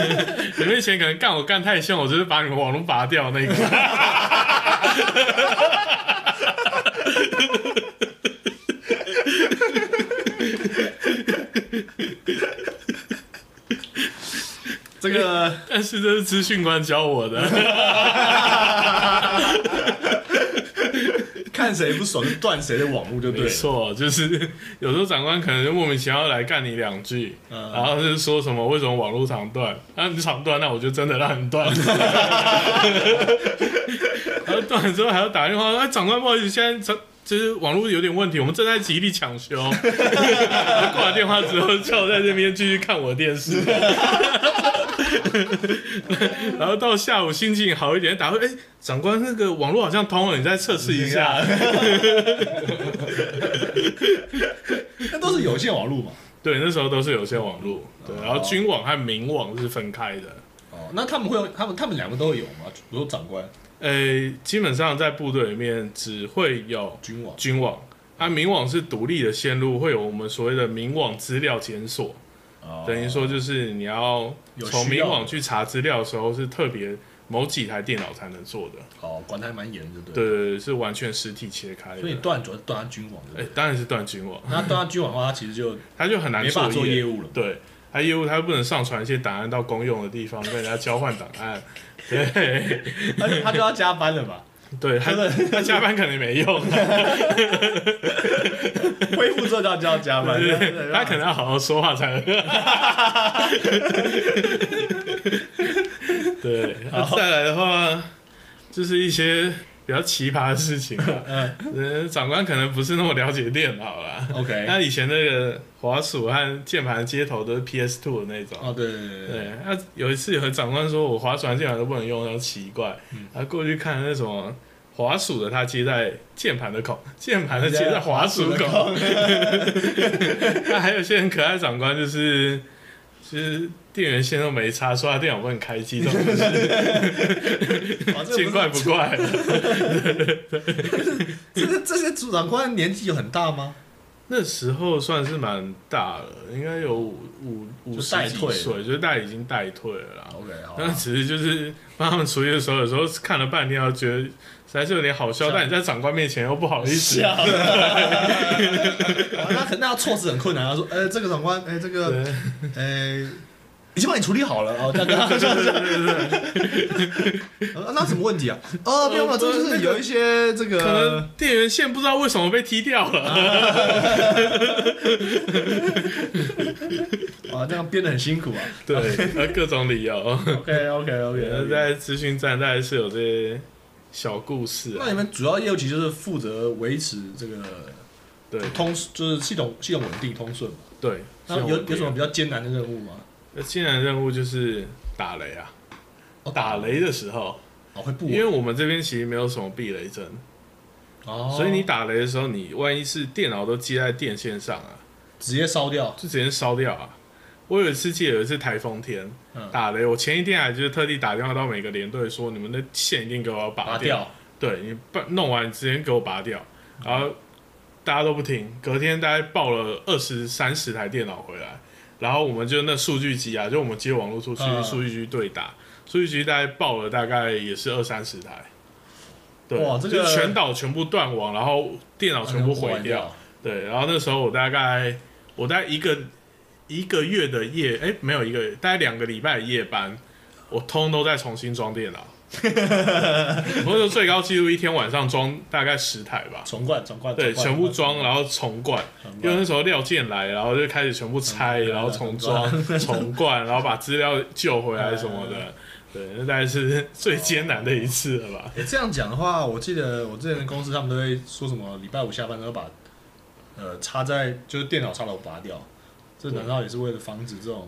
Speaker 2: 你们以前可能干我干太凶，我就是把你们网络拔掉那个。
Speaker 1: 这个
Speaker 2: 但是这是资讯官教我的，
Speaker 1: 看谁不爽就断谁的网络就
Speaker 2: 没
Speaker 1: 对了。
Speaker 2: 错，就是 有时候长官可能就莫名其妙来干你两句，
Speaker 1: 嗯
Speaker 2: 然后就是说什么为什么网络长断？啊，你长断，那我就真的让你断。 然后断了之后还要打电话说，哎，长官，不好意思，现在长就是网络有点问题，我们正在极力抢修。 挂了电话之后，叫我在这边继续看我的电视。 然后到下午心情好一点，打回哎，长官，那个网络好像通了，你再测试一下。
Speaker 1: 那都是有线网络嘛。
Speaker 2: 对，那时候都是有线网络，对，然后军网和民网是分开的。
Speaker 1: 哦，那他们会有，他们他们两个都会有吗？比如说长官、
Speaker 2: 呃，基本上在部队里面只会有
Speaker 1: 军网。
Speaker 2: 军网，啊，民网是独立的线路，会有我们所谓的民网资料检索，
Speaker 1: 哦
Speaker 2: 等于说就是你要
Speaker 1: 有需要
Speaker 2: 从民网去查资料的时候，是特别某几台电脑才能做的，
Speaker 1: 哦，管得还蛮严的，对。
Speaker 2: 对对对，是完全实体切开
Speaker 1: 所以
Speaker 2: 的。
Speaker 1: 断主要是断他军网，对不
Speaker 2: 哎
Speaker 1: 对，
Speaker 2: 当然是断军网，
Speaker 1: 那断他军网的话，他其实就
Speaker 2: 它就很难
Speaker 1: 没办法做
Speaker 2: 业
Speaker 1: 业务了。
Speaker 2: 对，他业务他又不能上传一些档案到公用的地方跟人家交换档案，对
Speaker 1: 而且他就要加班了 吧？
Speaker 2: 对，他
Speaker 1: 真的
Speaker 2: 他加班肯定没用，
Speaker 1: 恢复之后就要就要加班，
Speaker 2: 对
Speaker 1: 对对
Speaker 2: 他可能要好好说话 才能。对，然后再来的话，就是一些比较奇葩的事情吧。
Speaker 1: 嗯
Speaker 2: 嗯，长官可能不是那么了解电脑啦。
Speaker 1: OK。
Speaker 2: 那以前那个滑鼠和键盘接头都是 PS Two 的那种。
Speaker 1: 哦，对对对对，
Speaker 2: 对，那、有一次有个长官说我划船键盘都不能用，然后奇怪，他、过去看那什么滑鼠的，他接在键盘的口， 键盘的接在滑鼠口。 那还有些很可爱的长官就是。就是电源线都没插，说他电脑不能开机，这种事
Speaker 1: 哇哦这个
Speaker 2: 见
Speaker 1: 不
Speaker 2: 怪不怪。
Speaker 1: 这个这些组长官年纪有很大吗？
Speaker 2: 那时候算是蛮大了，应该有五五五
Speaker 1: 就
Speaker 2: 十
Speaker 1: 代
Speaker 2: 几
Speaker 1: 退了
Speaker 2: 岁，就是代已经代退了啦。
Speaker 1: OK，好
Speaker 2: 但
Speaker 1: 啊，
Speaker 2: 只是就是帮他们处理的时候，有时候看了半天，我觉得实在是有点好笑，
Speaker 1: 笑
Speaker 2: 但你在长官面前又不好意思。
Speaker 1: 笑了。啊那可那要措辞很困难啊，说，呃，这个长官，哎，这个，
Speaker 2: 对
Speaker 1: 哎，已经帮你处理好了哦，大哥。呃那什么问题啊？哦，没有没有，这就是有一些这
Speaker 2: 呃可
Speaker 1: 个
Speaker 2: 能电源线不知道为什么被踢掉了，
Speaker 1: 啊，这样编的很辛 苦啊。
Speaker 2: 对，呃各种理由。
Speaker 1: OK OK
Speaker 2: 对，
Speaker 1: OK，
Speaker 2: 在资讯站大概是有这些小故事
Speaker 1: 那
Speaker 2: 啊，
Speaker 1: 你们主要业务其实就是负责维持这个
Speaker 2: 对
Speaker 1: 通，就是系统系统稳定通顺嘛。
Speaker 2: 对。
Speaker 1: 那有
Speaker 2: 啊
Speaker 1: 有什么比较艰难的任务吗？
Speaker 2: 那进来的任务就是打雷啊，
Speaker 1: 哦
Speaker 2: 打雷的时候，
Speaker 1: 哦会不
Speaker 2: 因为
Speaker 1: 稳
Speaker 2: 我们这边其实没有什么避雷针，
Speaker 1: 哦，
Speaker 2: 所以你打雷的时候，你万一是电脑都接在电线上啊，
Speaker 1: 直接烧掉，
Speaker 2: 就直接烧掉啊。我有一次记得有一次台风天
Speaker 1: 嗯
Speaker 2: 打雷，我前一天还就是特地打电话到每个连队说，你们的线一定给我拔
Speaker 1: 拔掉，
Speaker 2: 对你把弄完，你直接给我拔掉，然后大家都不听，隔天大概报了二十三十台电脑回来，然后我们就那数据机啊，就我们接网络出去，
Speaker 1: 嗯
Speaker 2: 数据机对打，数据机大概报了大概也是二三十台，对，
Speaker 1: 哇这个
Speaker 2: 就是全岛全部断网，然后电
Speaker 1: 啊
Speaker 2: 脑全部毁
Speaker 1: 完
Speaker 2: 掉，。对，然后那时候我大概我大概一个一个月的夜，哎、没有一个月，大概两个礼拜的夜班，我通都在重新装电 脑。我有最高纪录一天晚上装大概十台吧，
Speaker 1: 重灌重灌，
Speaker 2: 对，
Speaker 1: 重灌
Speaker 2: 全部装，然后重灌。
Speaker 1: 重灌
Speaker 2: 因为那时候廖健来，然后就开始全部拆，
Speaker 1: 嗯
Speaker 2: 然后重装、重灌，嗯然后把资料救回来什么 的。对，那大概是最艰难的一次了吧。
Speaker 1: 欸这样讲的话，我记得我之前的公司他们都会说什么礼拜五下班都要把呃插在就是电脑插头拔掉，这难道也是为了防止这种？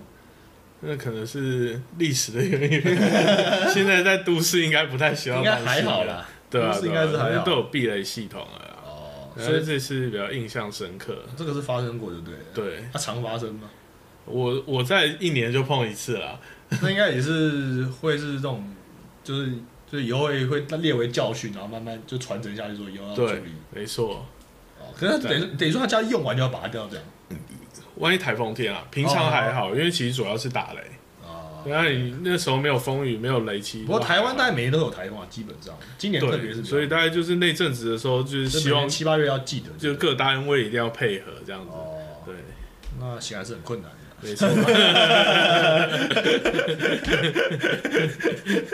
Speaker 2: 那可能是历史的原因， 现在在都市应该不太需要
Speaker 1: 应
Speaker 2: 担
Speaker 1: 该
Speaker 2: 心了，
Speaker 1: 还好啦。
Speaker 2: 对啊，
Speaker 1: 都市
Speaker 2: 对啊
Speaker 1: 应该是还好
Speaker 2: 都有避雷系统了啦，
Speaker 1: 哦，所
Speaker 2: 所以
Speaker 1: 以
Speaker 2: 这次比较印象深刻。
Speaker 1: 这个是发生过就对了。，
Speaker 2: 对
Speaker 1: 它常发生吗？
Speaker 2: 我，我在一年就碰一次啦。
Speaker 1: 那应该也是会是这种，就是就是以后会会列为教训，然后慢慢就传承下去，说以后要注
Speaker 2: 对
Speaker 1: 意。，
Speaker 2: 没错。
Speaker 1: 哦，可是它等于等于说他家用完就要拔掉这样
Speaker 2: 万一台风天啊，平常还
Speaker 1: 哦
Speaker 2: 好，因为其实主要是打雷。
Speaker 1: 啊。
Speaker 2: 然后你那时候没有风雨，没有雷期。
Speaker 1: 不过台湾大
Speaker 2: 大
Speaker 1: 概每年都有台风啊，基本上今年特别
Speaker 2: 对，
Speaker 1: 是比较
Speaker 2: 所以大概就是那阵子的时候，就是希望
Speaker 1: 七八月要记得，
Speaker 2: 就各单位一定要配合这样子。
Speaker 1: 哦，
Speaker 2: 对，
Speaker 1: 那显然是很困难的。
Speaker 2: 没 错，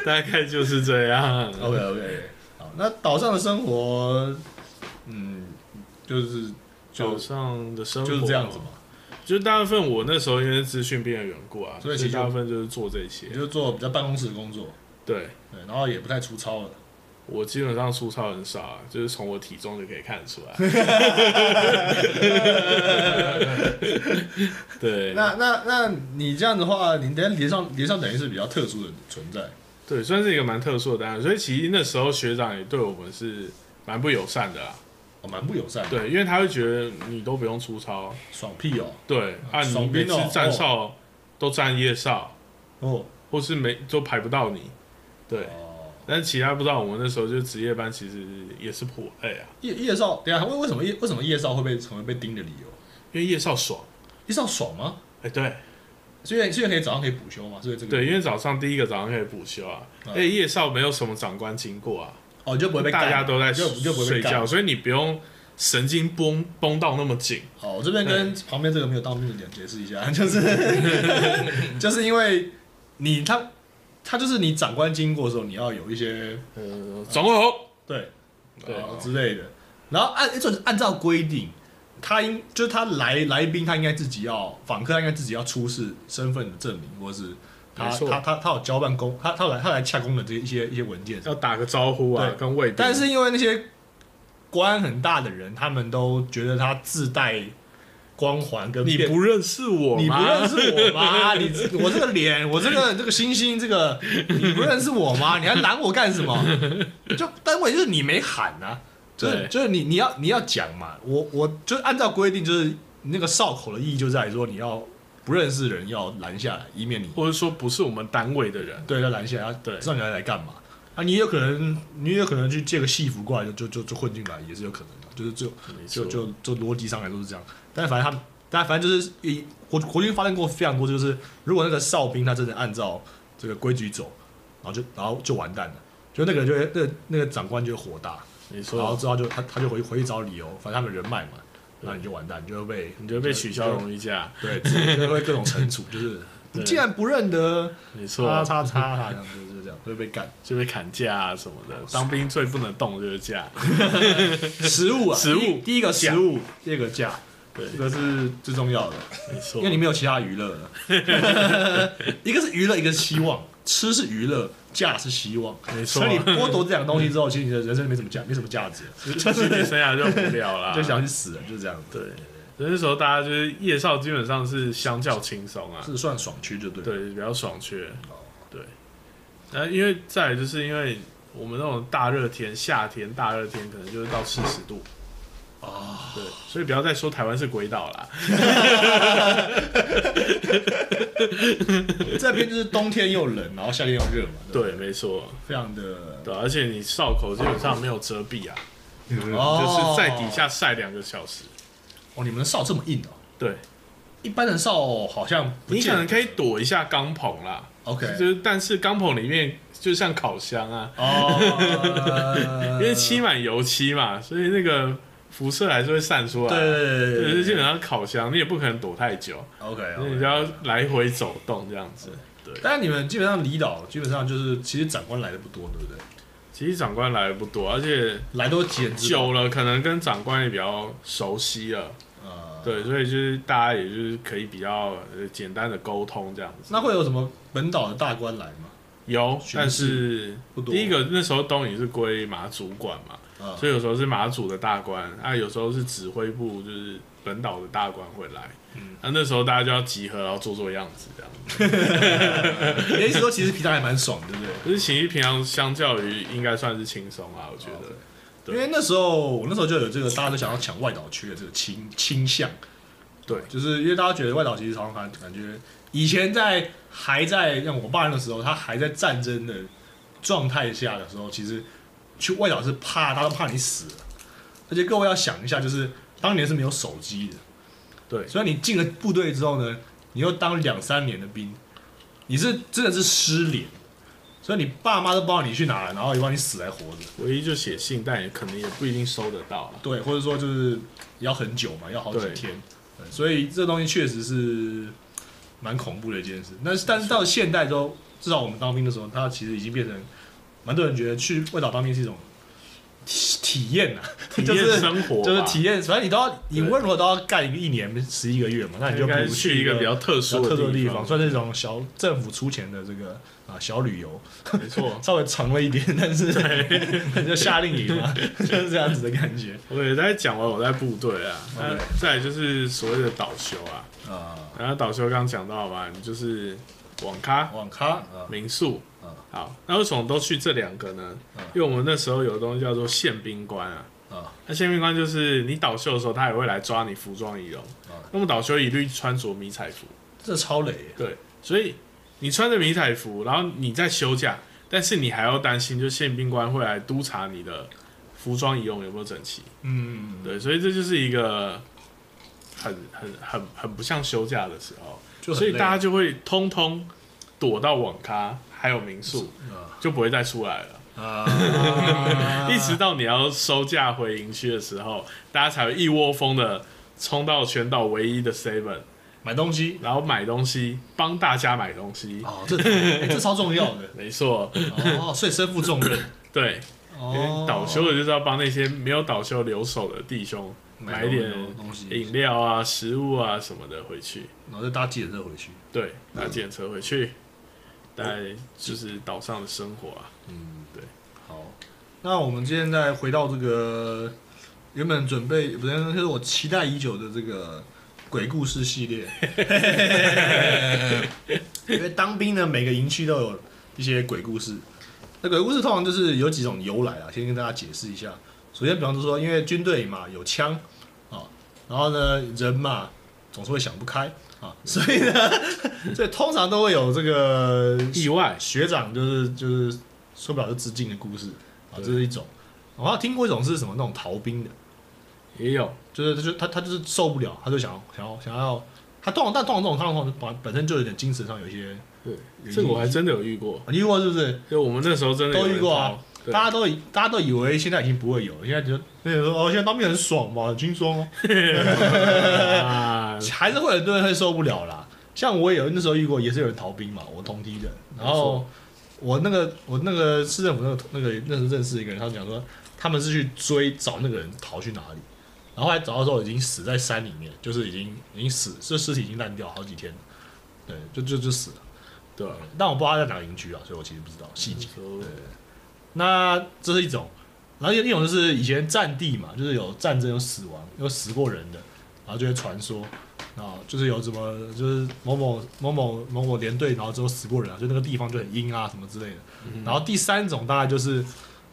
Speaker 2: 大概就是这样。
Speaker 1: OK OK，好，那岛上的生活，嗯，就是
Speaker 2: 早
Speaker 1: 就
Speaker 2: 上的生活
Speaker 1: 就是这样子嘛，，
Speaker 2: 就大部分我那时候因为资讯变的缘故啊，
Speaker 1: 所
Speaker 2: 所
Speaker 1: 以
Speaker 2: 以
Speaker 1: 其实
Speaker 2: 大部分就是做这些
Speaker 1: 也。就做比较办公室的工作，
Speaker 2: 对
Speaker 1: 对，然后也不太粗糙了。
Speaker 2: 我基本上粗糙很少啊，就是从我体重就可以看得出 来。对，
Speaker 1: 那那那你这样的话，你等下连上连上等于是比较特殊的存在，
Speaker 2: 对，算是一个蛮特殊的单位，所以其实那时候学长也对我们是蛮不友善的啦。啊
Speaker 1: 哦，蛮不友善的，
Speaker 2: 对，因为他会觉得你都不用粗糙，
Speaker 1: 爽屁哦，
Speaker 2: 对啊，你
Speaker 1: 爽
Speaker 2: 每
Speaker 1: 兵
Speaker 2: 次
Speaker 1: 哦
Speaker 2: 站哨都站夜哨，
Speaker 1: 哦
Speaker 2: 或是没就排不到你。对，
Speaker 1: 哦，
Speaker 2: 但其他不知道，我们那时候就值夜班，其实也是普累啊，
Speaker 1: 夜夜少，等一下为为什么夜为什么夜少会被成为被盯的理由？
Speaker 2: 因为夜哨爽。
Speaker 1: 夜少爽吗？
Speaker 2: 哎、对
Speaker 1: 所以所以可以早上可以补休嘛，所以这个
Speaker 2: 对，因为早上第一个早上可以补休啊，
Speaker 1: 嗯
Speaker 2: 哎、夜哨没有什么长官经过啊，
Speaker 1: 哦你就不会被
Speaker 2: 大
Speaker 1: 干
Speaker 2: 家都在
Speaker 1: 就就不会
Speaker 2: 睡
Speaker 1: 被干啊
Speaker 2: 觉，所以你不用神经绷绷到那么紧。
Speaker 1: 好，哦我这边跟旁边这个没有当兵的人解释一下，就是就是 因为你他他就是你长官经过的时候，你要有一些
Speaker 2: 呃，长官好，
Speaker 1: 对
Speaker 2: 对
Speaker 1: 呃之类的，然后按就是按照规定，他应就是他来来宾，他应该自己要访客，他应该自己要出示身份的证明，或是他
Speaker 2: 没错
Speaker 1: 他他他有交办公，他他有来他来洽公的这一些一些文件，
Speaker 2: 要打个招呼啊，
Speaker 1: 对
Speaker 2: 跟卫兵。
Speaker 1: 但是因为那些官很大的人，他们都觉得他自带光环跟
Speaker 2: 你
Speaker 1: 变
Speaker 2: 不认识我吗？
Speaker 1: 你不认识我吗？ 你我这个脸，我这个这个星星，这个你不认识我吗？你还拦我干什么？就但问题就是你没喊啊，就是
Speaker 2: 对
Speaker 1: 就是你你要你要讲嘛，我我就是按照规定，就是那个哨口的意义就在于说你要不认识的人要拦下来，以免你
Speaker 2: 或者说不是我们单位的人，
Speaker 1: 对要拦下来，要
Speaker 2: 对
Speaker 1: 知道你要来干嘛。啊，你也有可能，你也有可能去借个戏服过来就就就就混进来，也是有可能的，就是就
Speaker 2: 没
Speaker 1: 就
Speaker 2: 错，
Speaker 1: 就就逻辑上来都是这样。但反正他们，但反正就是以国国军发生过非常多，就是如果那个哨兵他真的按照这个规矩走，然后就然后就完蛋了，就那个人就会那个那个长官就会火大，
Speaker 2: 没
Speaker 1: 然后
Speaker 2: 错，
Speaker 1: 之后就他他就回回去找理由，反正他们人脉嘛，那你就完蛋，你就会被
Speaker 2: 你就会被取消容易假，
Speaker 1: 对，就会各种惩处，就是
Speaker 2: 对
Speaker 1: 既然不认得，
Speaker 2: 没错，
Speaker 1: 叉叉叉叉，这样就是就是这样会被干。
Speaker 2: 就被砍价啊什么的。当兵最不能动就是价，
Speaker 1: 食物啊，
Speaker 2: 食物
Speaker 1: 第一第一个
Speaker 2: 价
Speaker 1: 食物，第二个价，
Speaker 2: 对
Speaker 1: 这个是最重要的，
Speaker 2: 没错
Speaker 1: 因为，你没有其他娱乐了。一个是娱乐，一个是希望，吃是娱乐，价是希望。
Speaker 2: 没错
Speaker 1: 所以，你剥夺这两个东西之后，其实你的人生没什么价，没什么价 值，
Speaker 2: 军旅生涯 就无聊啦。
Speaker 1: 就想去死了，就是这样。
Speaker 2: 对，所以那时候大家就是夜少基本上是相较轻松啊，
Speaker 1: 是算爽区就对了。
Speaker 2: 对，比较爽确，对。那因为再来就是因为我们那种大热天，夏天大热天可能就是到四十度。啊，对，所以不要再说台湾是鬼岛啦，
Speaker 1: 这边就是冬天又冷，然后夏天又热嘛，吧，
Speaker 2: 对，没错，
Speaker 1: 非常的
Speaker 2: 对啊，而且你哨口基本上没有遮蔽啊，
Speaker 1: 哦
Speaker 2: 就是在底下晒两个小时，
Speaker 1: 哦，你们的哨这么硬哦。
Speaker 2: 对，
Speaker 1: 一般的哨好像不
Speaker 2: 你
Speaker 1: 见
Speaker 2: 可
Speaker 1: 得
Speaker 2: 能可以躲一下钢棚啦，就
Speaker 1: OK
Speaker 2: 是但是钢棚里面就像烤箱啊，
Speaker 1: 哦
Speaker 2: 因为漆满油漆嘛，所以那个辐射还是会散出来。
Speaker 1: 对对
Speaker 2: 对，
Speaker 1: 对
Speaker 2: 就是
Speaker 1: 对
Speaker 2: 基本上烤箱，你也不可能躲太久，
Speaker 1: OK
Speaker 2: 所以你就
Speaker 1: OK。
Speaker 2: 要来回走动这样子。对，
Speaker 1: 但你们基本上离岛基本上就是其实长官来的不多，对不对？
Speaker 2: 其实长官来的不多，而且
Speaker 1: 来都简直
Speaker 2: 久了可能跟长官也比较熟悉了，
Speaker 1: 呃，
Speaker 2: 对，所以就是大家也就是可以比较呃简单的沟通这样子。
Speaker 1: 那会有什么本岛的大官来吗？
Speaker 2: 有，
Speaker 1: 巡视
Speaker 2: 但是
Speaker 1: 不多
Speaker 2: 第一个那时候东影是归马主管嘛，
Speaker 1: 啊，
Speaker 2: 所以有时候是马祖的大官，啊，有时候是指挥部，就是本岛的大官会来。嗯，那、那时候大家就要集合，然后做做样子这样。
Speaker 1: 你的意思说其实平常还蛮爽，对不对？
Speaker 2: 可是情谊平常相较于应该算是轻松啊，我觉得。
Speaker 1: 哦
Speaker 2: 对
Speaker 1: 因为那时候我那时候就有这个大家都想要抢外岛区的这个倾倾向，
Speaker 2: 对
Speaker 1: 就是因为大家觉得外岛其实好像感感觉以前在还在像我爸那时候，他还在战争的状态下的时候，其实去外岛是怕大家都怕你死了，而且各位要想一下，就是当年是没有手机的，
Speaker 2: 对
Speaker 1: 所以你进了部队之后呢，你又当两三年的兵，你是真的是失联，所以你爸妈都不知道你去哪了，然后也不知道你死还活着。
Speaker 2: 唯一就写信，但也可能也不一定收得到啊 了。
Speaker 1: 对，或者说就是要很久嘛，要好几
Speaker 2: 对
Speaker 1: 天，对所以这东西确实是蛮恐怖的一件事。但是但是到现代之后，至少我们当兵的时候，它其实已经变成蛮多人觉得去外岛当兵是一种体体验呐、
Speaker 2: 体
Speaker 1: 就
Speaker 2: 验
Speaker 1: 是
Speaker 2: 生活吧啊
Speaker 1: 就是体验，反正你都要你
Speaker 2: 对
Speaker 1: 无论如何都要干一年十一个月嘛，那你就
Speaker 2: 应
Speaker 1: 不
Speaker 2: 该
Speaker 1: 如
Speaker 2: 去一
Speaker 1: 个
Speaker 2: 个比较特
Speaker 1: 比较
Speaker 2: 殊
Speaker 1: 特殊
Speaker 2: 的
Speaker 1: 的地
Speaker 2: 地
Speaker 1: 方，算是一种小政府出钱的这个啊小旅游。
Speaker 2: 没错。
Speaker 1: 稍微长了一点，但是 就夏令 营嘛，就是这样子的感觉
Speaker 2: 我也在讲完我在部队啊，那
Speaker 1: OK
Speaker 2: 再来就是所谓的导修啊，
Speaker 1: 啊。
Speaker 2: 然后导修刚讲到嘛，你就是网咖、
Speaker 1: 网咖啊，
Speaker 2: 民宿
Speaker 1: 嗯，
Speaker 2: 好，那为什么都去这两个呢
Speaker 1: 嗯？
Speaker 2: 因为我们那时候有个东西叫做宪兵官啊
Speaker 1: 啊，
Speaker 2: 那宪兵官就是你倒休的时候，他也会来抓你服装仪容
Speaker 1: 啊，
Speaker 2: 那么倒休一律穿着迷彩服，
Speaker 1: 这超累耶
Speaker 2: 对，所以你穿着迷彩服，然后你在休假，但是你还要担心，就宪兵官会来督查你的服装仪容有没有整齐，
Speaker 1: 嗯，
Speaker 2: 对，所以这就是一个很很很很不像休假的时候。
Speaker 1: 就很
Speaker 2: 所以
Speaker 1: 累
Speaker 2: 大家就会通通躲到网咖，还有民宿，
Speaker 1: 啊
Speaker 2: 就不会再出来了。
Speaker 1: 啊
Speaker 2: 一直到你要收假回营区的时候，大家才会一窝蜂的冲到全岛唯一的 Seven，
Speaker 1: 买东西
Speaker 2: 然后买东西，帮大家买东西。
Speaker 1: 哦，这、哎这超重要的
Speaker 2: 没错，
Speaker 1: 哦，所以身负重任
Speaker 2: 对，因
Speaker 1: 哦
Speaker 2: 为，哎倒休的就是要帮那些没有倒休留守的弟兄买一点
Speaker 1: 东西，
Speaker 2: 饮料啊、食物啊什么的回去。
Speaker 1: 然后再搭计程车回去，
Speaker 2: 对，
Speaker 1: 嗯
Speaker 2: 搭检车回去，大概就是岛上的生活啊。
Speaker 1: 嗯，
Speaker 2: 对，
Speaker 1: 好，那我们现在回到这个原本准备不是，就是我期待已久的这个鬼故事系列， 因为当兵呢，每个营区都有一些鬼故事。那鬼故事通常就是有几种由来啊，先跟大家解释一下。首先，比方说，因为军队嘛有枪啊，然后呢人嘛总是会想不开啊，所以 呢，所以通常都会有这个
Speaker 2: 意外，
Speaker 1: 学长就是就是说不了就致敬的故事啊，这是一种。我还有听过一种是什么那种逃兵的，
Speaker 2: 也有
Speaker 1: 就是他就他他就是受不了，他就想要想要想要他通常但通常这种他通常本本身就有点精神上有一些，
Speaker 2: 对，
Speaker 1: 嗯
Speaker 2: 这个我还真的有遇过，
Speaker 1: 啊你遇过是不是？
Speaker 2: 就我们那时候真的有人
Speaker 1: 都遇过啊
Speaker 2: 逃，对
Speaker 1: 大家都以大家都以为现在已经不会有，现在觉得那个说哦，现在当兵很爽嘛，很轻松哦，
Speaker 2: 啊，
Speaker 1: 还是会有很多人会受不了啦。像我也有那时候遇过，也是有人逃兵嘛，我同梯的，然后我那个我那个市政府那个那个那时候认识一个人，他讲说他们是去追找那个人逃去哪里，然后后来找到之后已经死在山里面，就是已经已经死，这尸体已经烂掉好几天了，对，就就就死了。
Speaker 2: 对啊，
Speaker 1: 但我不知道他在哪个营区啊，所以我其实不知道细
Speaker 2: 那
Speaker 1: 节。
Speaker 2: 时候
Speaker 1: 那这是一种，然后另一种就是以前战地嘛，就是有战争有死亡有死过人的，然后就会传说啊，就是有什么就是某某某某某某连队，然后之后死过人啊，就那个地方就很阴啊什么之类的。
Speaker 2: 嗯
Speaker 1: 然后第三种大概就是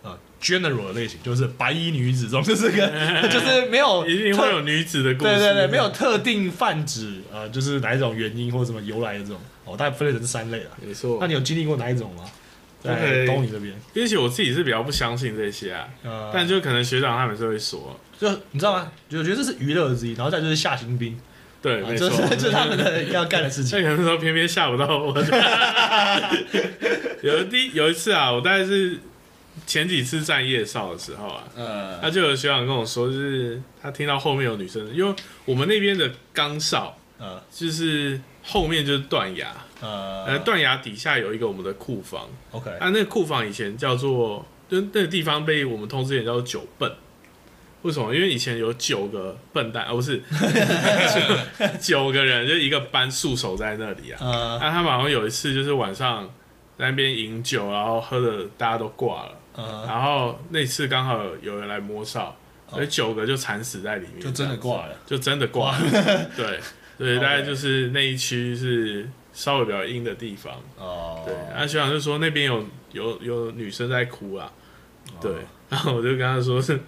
Speaker 1: 呃 general 的类型，就是白衣女子这种，就是个 就是没有
Speaker 2: 一定
Speaker 1: 特
Speaker 2: 会有女子的故事，
Speaker 1: 对对对，没有特定泛指呃，就是哪一种原因或者什么由来的这种，哦，大概分类成这三类了。
Speaker 2: 没错
Speaker 1: 那。你有经历过哪一种吗？在
Speaker 2: OK
Speaker 1: 东你这边，
Speaker 2: 也许我自己是比较不相信这些啊，
Speaker 1: 呃，
Speaker 2: 但就可能学长他们是会说，
Speaker 1: 就你知道吗？就我觉得这是娱乐之一，然后再就是下刑兵，
Speaker 2: 对，
Speaker 1: 啊
Speaker 2: 没
Speaker 1: 这
Speaker 2: 错，
Speaker 1: 是这是他们的要干的事
Speaker 2: 所
Speaker 1: 情
Speaker 2: 以。可能说偏偏吓不到我。 有一第有一次啊，我大概是前几次站夜哨的时候啊，
Speaker 3: 呃，
Speaker 1: 嗯
Speaker 2: 他就有学长跟我说，就是他听到后面有女生，因为我们那边的岗哨
Speaker 1: 呃
Speaker 2: 就是后面就是断崖，呃，
Speaker 1: 呃
Speaker 2: 断崖底下有一个我们的库房，
Speaker 1: ，OK，
Speaker 2: 啊，那个库房以前叫做，就那个地方被我们通知也叫做九笨。为什么？因为以前有九个笨蛋，哦，不是九个人，就一个班束手在那里啊。
Speaker 1: 呃
Speaker 2: 啊，他们好像有一次就是晚上在那边饮酒，然后喝的大家都挂了，
Speaker 1: 呃，
Speaker 2: 然后那次刚好有人来摸哨，所以九个就惨死在里面，
Speaker 1: 就真的挂了。
Speaker 2: 就真的挂 了。对，所以大概
Speaker 1: OK
Speaker 2: 就是那一区是稍微比较阴的地方。
Speaker 1: 哦，
Speaker 2: 对，啊，学长就说那边有有有女生在哭啊，
Speaker 1: 哦
Speaker 2: 对，然后我就跟他说是。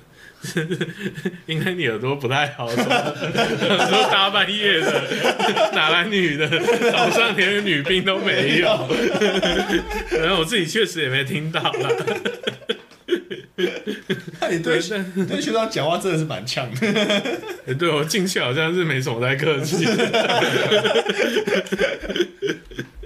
Speaker 2: 应该你耳朵不太好，怎么说大半夜的，哪来女的？早上连个女兵都没有，然后我自己确实也没听到啦。
Speaker 1: 那你对
Speaker 2: 对但
Speaker 1: 你对学长讲话真的是蛮 呛的。
Speaker 2: 欸对我进去好像是没什么在客气，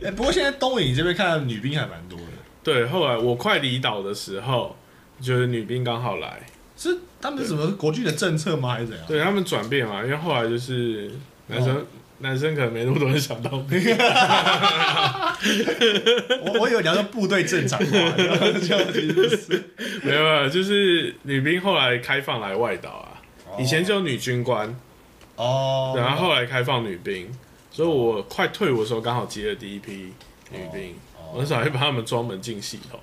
Speaker 1: 哎，不过现在东影这边看女兵还蛮多的，
Speaker 2: 对，后来我快离岛的时候，就是女兵刚好来，
Speaker 1: 是他们是什么国际的政策吗？还是怎样？
Speaker 2: 对他们转变嘛，因为后来就是男生、男生可能没那么多人想到兵，
Speaker 1: 我我以为聊到部队正常化，然后就其实不是
Speaker 2: 没有没有，就是女兵后来开放来外岛啊，以前就有女军官，
Speaker 1: 哦，
Speaker 2: 然后后来开放女兵，所以我快退伍的时候刚好接了第一批女兵，
Speaker 1: 哦
Speaker 2: 我很少会帮他们装门禁系统，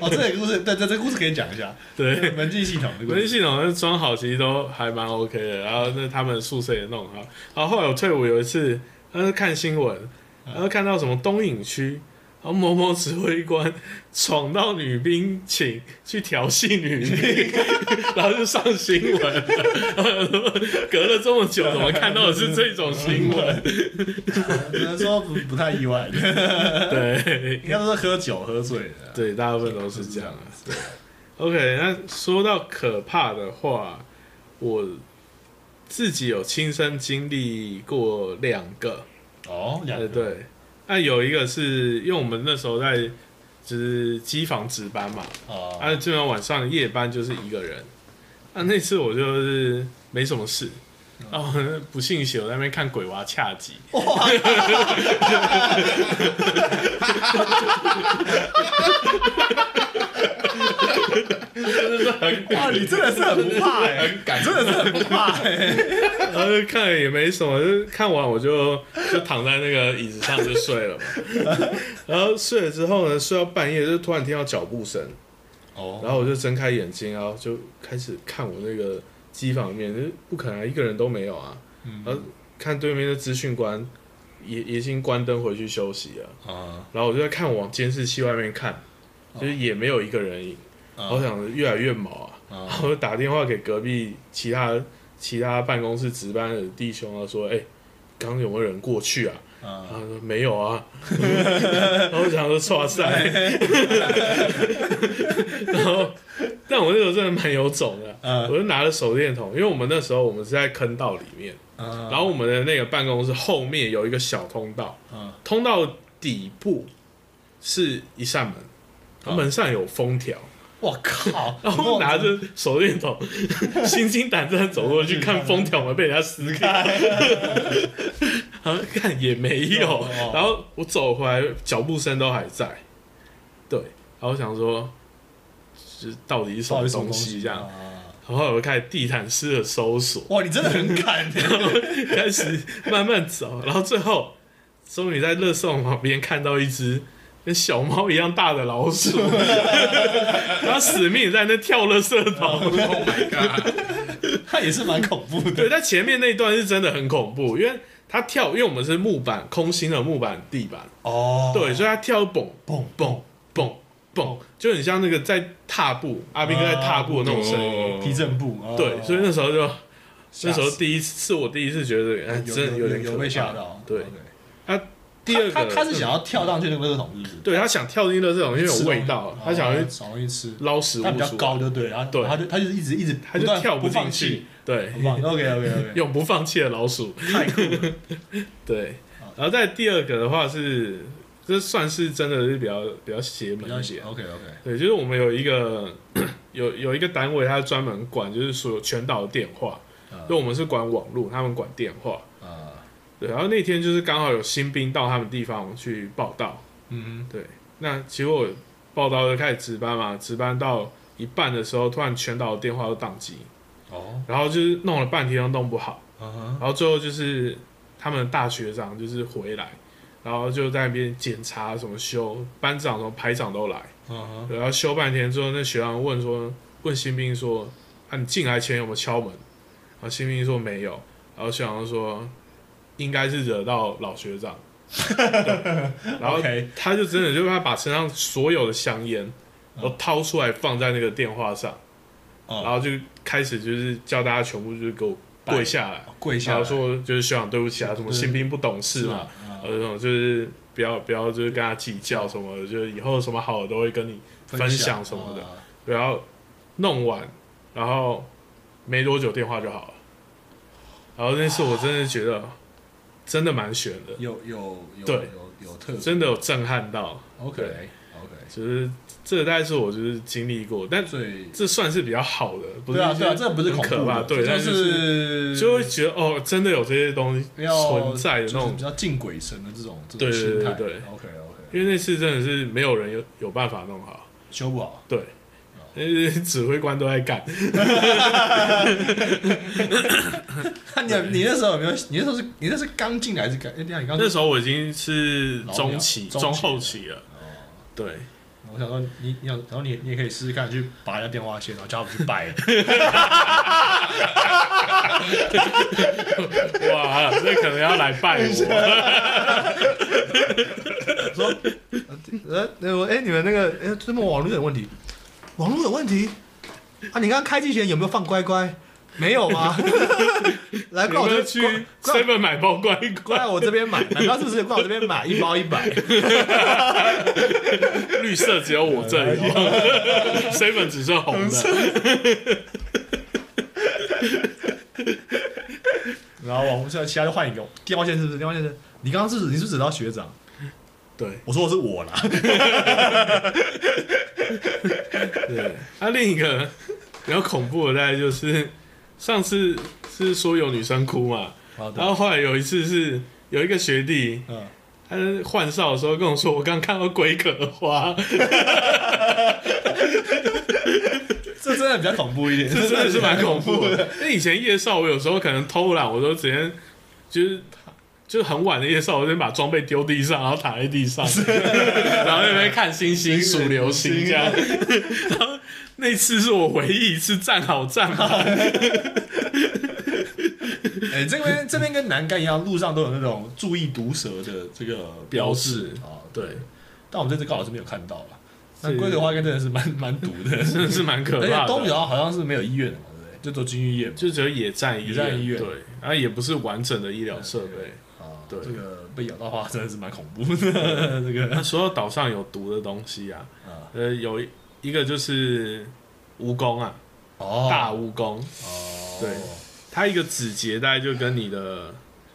Speaker 1: 哦，这个故事，对对，这个故事可以讲一下。
Speaker 2: 对。
Speaker 1: 门禁系统这个故
Speaker 2: 门禁
Speaker 1: 事，
Speaker 2: 系统装好其实都还蛮 OK 的，然后那他们宿舍也弄好。然后后来我退伍有一次，他是看新闻，然后看到什么东影区，然后某某指挥官闯到女兵寝去调戏女兵， 然后就上新闻 了。然后我想说隔了这么久，怎么看到的是这种新闻？
Speaker 1: 只能说不不太意外，
Speaker 2: 对
Speaker 1: 应该都是喝酒喝醉的。
Speaker 2: 对，大部分都是这样啊。对，OK，那说到可怕的话，我自己有亲身经历过两个。
Speaker 1: 哦，两
Speaker 2: 呃，
Speaker 1: 个
Speaker 2: 对，那有一个是因为我们那时候在就是机房值班嘛，
Speaker 1: 哦
Speaker 2: 啊，基本上晚上夜班就是一个人。啊，那次我就是没什么事，然后 不信邪，我在那边看鬼娃恰吉，
Speaker 1: 哇，你真的是很不怕哎，
Speaker 3: 很感
Speaker 1: 真的是很不怕哎。
Speaker 2: 然后就看了也没什么，就是看完我就就躺在那个椅子上就睡了嘛。然后睡了之后呢，睡到半夜就突然听到脚步声，
Speaker 1: 哦，
Speaker 2: 然后我就睁开眼睛，然后就开始看我那个机房里面，就是不可能啊一个人都没有啊。然后看对面的资讯官也也已经关灯回去休息了，
Speaker 1: 啊
Speaker 2: 然后我就在看往监视器外面看，就是也没有一个人影，
Speaker 1: 啊
Speaker 2: 然后我想着越来越毛啊，然
Speaker 1: 啊
Speaker 2: 后我就打电话给隔壁其他其他办公室值班的弟兄啊，说，哎、刚刚有没有人过去啊？然后他说没有 啊，然后我想说哇塞， 然后但我那时候真的蛮有种的，
Speaker 1: 嗯
Speaker 2: 我就拿了手电筒，因为我们那时候我们是在坑道里面，
Speaker 1: 嗯，
Speaker 2: 然后我们的那个办公室后面有一个小通道，
Speaker 1: 嗯
Speaker 2: 通道底部是一扇门，它门上有封条，
Speaker 1: 我靠，
Speaker 2: 然后拿着手电筒， 心惊胆战走过去
Speaker 1: 嗯
Speaker 2: 看封条门被人家撕开， 然后看也没有
Speaker 1: 哦哦，
Speaker 2: 然后我走回来，脚步声都还在，对，然后我想说，这到底是什
Speaker 1: 到
Speaker 2: 么
Speaker 1: 底什么
Speaker 2: 东
Speaker 1: 东
Speaker 2: 西
Speaker 1: 西
Speaker 2: 这样？
Speaker 1: 啊
Speaker 2: 然后我就开始地毯式的搜索，
Speaker 1: 哇，你真的很敢欸，
Speaker 2: 开始慢慢走，然后最后终于在乐送旁边看到一只跟小猫一样大的老 鼠，然后死命在那跳乐色桶。
Speaker 3: Oh my god！
Speaker 1: 他也是蛮恐怖的。
Speaker 2: 对，但前面那一段是真的很恐怖，因为它跳，因为我们是木板空心的木板地板，
Speaker 1: 哦，
Speaker 2: 对，所以它跳蹦
Speaker 1: 蹦
Speaker 2: 蹦蹦蹦，就很像那个在踏步，阿斌哥
Speaker 1: 哦
Speaker 2: 在踏步的那种声音。
Speaker 1: 踢正步，哦
Speaker 2: 对，所以那时候就
Speaker 1: 吓
Speaker 2: 那时
Speaker 1: 死
Speaker 2: 候第一次是我第一次觉得，哎，
Speaker 1: 有
Speaker 2: 真的
Speaker 1: 有
Speaker 2: 点
Speaker 1: 有
Speaker 2: 可
Speaker 1: 被吓
Speaker 2: 怕
Speaker 1: 到，
Speaker 2: 对
Speaker 1: OK，
Speaker 2: 第二个嗯
Speaker 1: 他他他是想要跳上去那个垃圾桶，是不是？
Speaker 2: 对他想跳进热这种，因为有
Speaker 1: 吃东西
Speaker 2: 味道
Speaker 1: 哦，
Speaker 2: 他想要去
Speaker 1: 找东西吃，
Speaker 2: 捞食物
Speaker 1: 他比较
Speaker 2: 出来，
Speaker 1: 高就对，然后
Speaker 2: 对
Speaker 1: 他就他就一直一直
Speaker 2: 他
Speaker 1: 不
Speaker 2: 就
Speaker 1: 断
Speaker 2: 跳
Speaker 1: 不
Speaker 2: 进
Speaker 1: 放
Speaker 2: 去
Speaker 1: 弃，，
Speaker 2: 对，
Speaker 1: OK OK OK，
Speaker 2: 永不放弃的老鼠，
Speaker 1: 太酷了，
Speaker 2: 对
Speaker 1: 啊。
Speaker 2: 然后在第二个的话是，这算是真的是比较比较邪
Speaker 1: 比
Speaker 2: 门
Speaker 1: 较
Speaker 2: 一
Speaker 1: 写
Speaker 2: 点，
Speaker 1: OK OK，
Speaker 2: 对，就是我们有一个 有有一个单位，他专门管就是所有全岛的电话，
Speaker 1: 啊
Speaker 2: 就我们是管网络，他们管电话。
Speaker 1: 啊，
Speaker 2: 对，然后那天就是刚好有新兵到他们地方去报道，
Speaker 1: 嗯
Speaker 2: 那结果我报道就开始值班嘛，值班到一半的时候，突然全岛的电话都宕机，
Speaker 1: 哼，哦，
Speaker 2: 然后就是弄了半天都弄不好，
Speaker 1: 嗯哼，
Speaker 2: 然后最后就是他们的大学长就是回来，然后就在那边检查什么修，班长什么排长都来，
Speaker 1: 嗯哼，
Speaker 2: 然后修半天之后，那学长问说，问新兵说，啊你进来前有没有敲门？然后新兵说嗯没有，然后学长就说应该是惹到老学长， 对然后
Speaker 1: OK
Speaker 2: 他就真的就他把身上所有的香烟都掏出来放在那个电话上，
Speaker 1: 哦
Speaker 2: 然后就开始就是叫大家全部就是给我跪下来，
Speaker 1: 跪
Speaker 2: 然
Speaker 1: 下
Speaker 2: 后
Speaker 1: 来，
Speaker 2: 说就是学长对不起啊，什么
Speaker 1: 对
Speaker 2: 新兵不懂事嘛，
Speaker 1: 吧？啊
Speaker 2: 呃，这种就是不要不要就是跟他计较什么的，就是以后有什么好的都会跟你分享什么的，
Speaker 1: 啊
Speaker 2: 不要弄完，然后没多久电话就好了。然后那次我真的觉得真的蛮悬的，
Speaker 1: 有有有
Speaker 2: 对
Speaker 1: 有有特色
Speaker 2: 真的有震撼到，
Speaker 1: ，OK OK，
Speaker 2: 就是这大概是我就是经历过，但
Speaker 1: 最
Speaker 2: 这算是比较好的，不是
Speaker 1: 对啊
Speaker 2: 一些
Speaker 1: 对啊，这不是恐
Speaker 2: 很
Speaker 1: 怖
Speaker 2: 可怕，
Speaker 1: 的，
Speaker 2: 对，
Speaker 1: 这
Speaker 2: 但
Speaker 1: 就是是
Speaker 2: 就会觉得哦，真的有这些东西
Speaker 1: 要
Speaker 2: 存在的那
Speaker 1: 就是
Speaker 2: 种
Speaker 1: 比较敬鬼神的这种这
Speaker 2: 对
Speaker 1: 种
Speaker 2: 对
Speaker 1: 心态，
Speaker 2: 对对
Speaker 1: OK OK，
Speaker 2: 因为那次真的是没有人有有办法弄好，
Speaker 1: 修 不好，
Speaker 2: 对，那是指挥官都在干，
Speaker 1: 那你你那时候有没有？你那时候是你那是刚进来还是刚？哎，等一下你刚
Speaker 2: 那时候我已经是
Speaker 1: 老鸟
Speaker 2: 中期、
Speaker 1: 中期哦
Speaker 2: 中后期了，对，
Speaker 1: 我想说你你想，然后你你也可以试试看，去拔人家电话线，然后叫他们去拜。
Speaker 2: 哇，这可能要来拜 我，
Speaker 1: 说 呃呃我哎你们那个哎这么网络有问题，网络有问题啊？你刚刚开机前有没有放乖乖？没有吗？ 来
Speaker 2: 你
Speaker 1: 怪我
Speaker 2: 们
Speaker 1: 这
Speaker 2: 去
Speaker 1: 怪怪
Speaker 2: seven 买包乖
Speaker 1: 怪
Speaker 2: 乖，
Speaker 1: 我这边买，难道是不是怪我这边买一包一百？
Speaker 2: 绿色只有我这里
Speaker 1: 哎
Speaker 2: 有 ，seven 只剩红 的，
Speaker 1: 然后网络现在其他就换一个电话线是不是？电话线是？你刚刚是指你是不是指到学长？
Speaker 2: 对
Speaker 1: 我说我是我啦。
Speaker 2: 对。那啊另一个比较恐怖的大概就是上次是说有女生哭嘛，
Speaker 1: 好
Speaker 2: 然，后后来有一次是有一个学弟
Speaker 1: 哦
Speaker 2: 他
Speaker 1: 嗯，
Speaker 2: 换哨的时候跟我说，我刚看到龟壳花，
Speaker 1: 这真的比较恐怖一点，
Speaker 2: 这真的是蛮恐怖的。因为以前夜少，我有时候可能偷懒，我都直接就是就是很晚的夜少，我就把装备丢地上，然后躺在地上， 然后在那边看星星、数流星这样。然后那次是我唯一一次站好站满，
Speaker 1: 哎、这边这边跟南干一样，路上都有那种注意毒蛇的这个标志
Speaker 2: 标志
Speaker 1: 啊。
Speaker 2: 对，
Speaker 1: 但我们这次刚好是没有看到了。那
Speaker 2: 是
Speaker 1: 龟的话，应该真的是蛮蛮毒的，
Speaker 2: 真的是蛮可
Speaker 1: 而
Speaker 2: 怕
Speaker 1: 且东
Speaker 2: 的。
Speaker 1: 辽好像是没有医院的嘛，对不对？就走军医院嘛。
Speaker 2: 就只有野战医啊
Speaker 1: 野战医院
Speaker 2: 对，然后也不是完整的医疗设备，
Speaker 1: 啊，
Speaker 2: 对
Speaker 1: 这个被咬到的话真的是蛮恐怖的。这个
Speaker 2: 那所有岛上有毒的东西啊，
Speaker 1: 啊
Speaker 2: 呃，有一一个就是蜈蚣啊，
Speaker 1: 哦
Speaker 2: 大蜈蚣，
Speaker 1: 哦
Speaker 2: 对它一个指节大概就跟你的，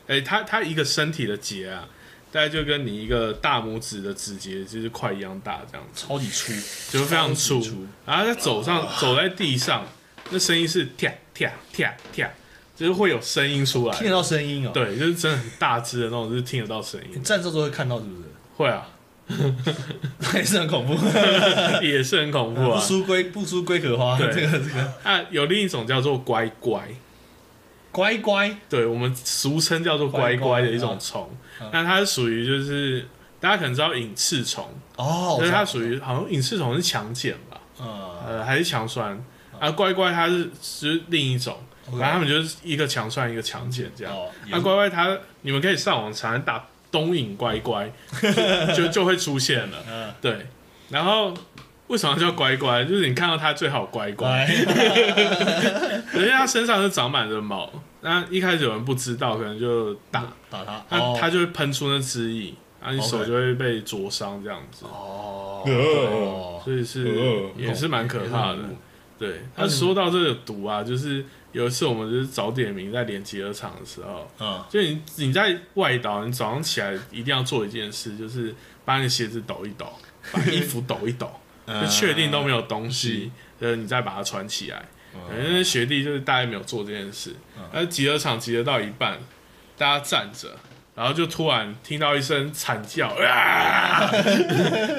Speaker 2: 哎、它它一个身体的节啊，大概就跟你一个大拇指的指节就是快一样大这样子，
Speaker 1: 超级粗，
Speaker 2: 就是非常粗
Speaker 1: 超级粗。
Speaker 2: 然后它走上走在地上，那声音是跳跳跳跳，就是会有声音出来
Speaker 1: 听得。到声音哦。，
Speaker 2: 对，就是真的很大只的那种，就是听得到声
Speaker 1: 你
Speaker 2: 音。
Speaker 1: 站着都会看到，是不 是？
Speaker 2: 会啊，
Speaker 1: 那也是很恐怖，
Speaker 2: 也是很恐怖
Speaker 1: 嗯不
Speaker 2: 啊。
Speaker 1: 输龟不输龟壳花。这
Speaker 2: 对
Speaker 1: 个这 个
Speaker 2: 啊，有另一种叫做乖乖，
Speaker 1: 乖乖
Speaker 2: 对我们俗称叫做乖乖的一种虫
Speaker 1: 乖乖嗯。
Speaker 2: 那它是属于就是大家可能知道隐翅虫，
Speaker 1: 哦，
Speaker 2: 但是它
Speaker 1: 他
Speaker 2: 属于好像隐翅虫是强碱吧，
Speaker 1: 呃
Speaker 2: 呃还是强酸啊？乖乖它是是另一种，
Speaker 1: OK
Speaker 2: 反正它们就是一个强酸一个强碱这样。
Speaker 1: 哦，
Speaker 2: 那乖乖它你们可以上网查打东影乖 乖，就就就会出现了。
Speaker 1: 嗯
Speaker 2: 对，然后为什么叫乖乖？就是你看到它最好乖乖。
Speaker 1: 乖，
Speaker 2: 人家身上是长满了毛，那一开始有人不知道，可能就打，
Speaker 1: 打他，
Speaker 2: 那、
Speaker 1: 哦
Speaker 2: 它就会喷出那汁液，然后你手
Speaker 1: OK
Speaker 2: 就会被灼伤这样子，
Speaker 1: 哦
Speaker 3: 呃
Speaker 1: 哦，
Speaker 2: 所以是、
Speaker 3: 哦
Speaker 2: 也是蛮可怕的
Speaker 1: 恐怖。
Speaker 2: 对，那说到这个毒啊，就是有一次我们就是早点名在连集合场的时候，
Speaker 1: 嗯，
Speaker 2: 就你你在外岛，你早上起来一定要做一件事，就是把你的鞋子抖一抖，把衣服抖一 抖，
Speaker 1: 嗯
Speaker 2: 就确定都没有东西，呃，你再把它穿起来。
Speaker 1: 嗯
Speaker 2: 呃因为学弟就是大概没有做这件事，那集合场集合到一半，大家站着，然后就突然听到一声惨叫，啊、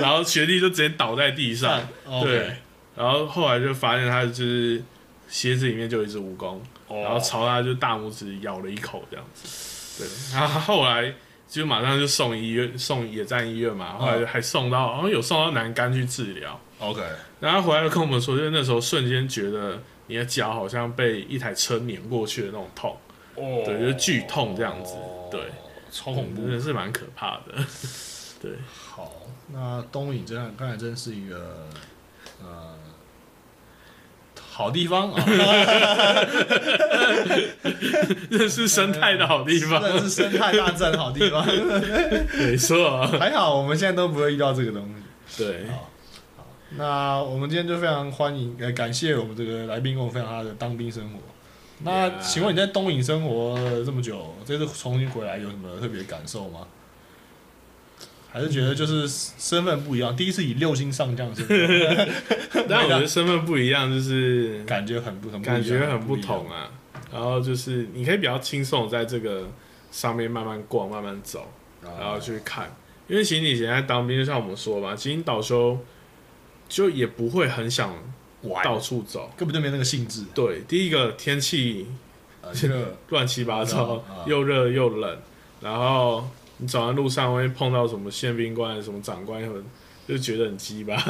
Speaker 2: 然后学弟就直接倒在地上，
Speaker 1: 哦
Speaker 2: 对，然后后来就发现他就是鞋子里面就有一只蜈蚣，
Speaker 1: 哦
Speaker 2: 然后朝他就大拇指咬了一口这样子，对，然后后来就马上就送医院，送野战医院嘛，后来还送到好像有送到南竿去治疗，
Speaker 1: ，OK，
Speaker 2: 然后他回来又跟我们说，就是那时候瞬间觉得你的脚好像被一台车碾过去的那种痛，
Speaker 1: 哦
Speaker 2: 对，就是剧痛这样子，对，，
Speaker 1: 超恐怖
Speaker 2: 真。的是蛮可怕的。 对，
Speaker 1: 好，那东影这样看来真是一个呃好地方啊，
Speaker 2: 这是生态的好地方，
Speaker 1: 真的是生态大战的好地方。
Speaker 2: 没错。啊
Speaker 1: 还好我们现在都不会遇到这个东西。
Speaker 2: 对，
Speaker 1: 哎那我们今天就非常欢迎，呃，感谢我们这个来宾跟我分享他的当兵生活。那
Speaker 2: Yeah
Speaker 1: 请问你在东影生活了这么久，这次重新回来有什么特别感受吗？还是觉得就是身份不一样，第一次以六星上将身份，
Speaker 2: 但我觉得身份不一样，就是
Speaker 1: 感觉很不很不一样
Speaker 2: 感觉很不
Speaker 1: 一样
Speaker 2: 同啊。然后就是你可以比较轻松地在这个上面慢慢逛、慢慢走，
Speaker 1: 啊
Speaker 2: 然后去看。因为其实你以前在当兵，就像我们说嘛，其实你倒休就也不会很想
Speaker 1: 玩
Speaker 2: 到处走。
Speaker 1: 根本就没那个 兴致。
Speaker 2: 对，第一个天气
Speaker 1: 呃，这个
Speaker 2: 乱七八糟
Speaker 1: 嗯嗯，
Speaker 2: 啊又热又冷，然后你走在路上会碰到什么宪兵官、什么长官，很就觉得很鸡巴。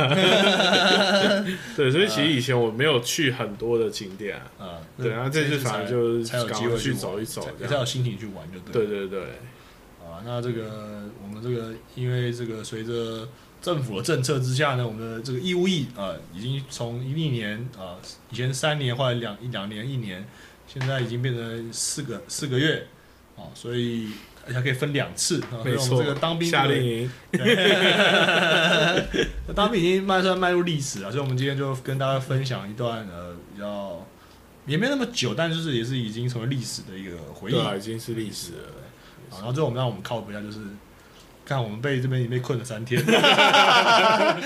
Speaker 2: 对，所以其实以前我没有去很多的景点、啊，
Speaker 1: 呃，
Speaker 2: 对然后这次反而就是
Speaker 1: 才有
Speaker 2: 赶
Speaker 1: 机会
Speaker 2: 快去
Speaker 1: 玩
Speaker 2: 走一走
Speaker 1: 才
Speaker 2: 这样
Speaker 1: 才有心情去玩就对了。
Speaker 2: 对对对，
Speaker 1: 啊，那这个我们这个因为这个随着政府的政策之下呢，我们的这个义务役啊、呃已经从一历年啊、呃以前三年或者两一两年一年，现在已经变成四个四个月啊、所以而且还可以分两次啊，所
Speaker 2: 没
Speaker 1: 以我们
Speaker 2: 错，
Speaker 1: 这个当兵这
Speaker 2: 夏
Speaker 1: 个
Speaker 2: 令营，
Speaker 1: 当兵已经慢慢迈入历史了，所以我们今天就跟大家分享一段呃比较也没那么久，但就是也是已经成为历史的一个回忆。
Speaker 2: 对啊，已经是历史了。
Speaker 1: 好然后最后我们让我们靠谱一下，就是看我们被这边已经被困了三天。 他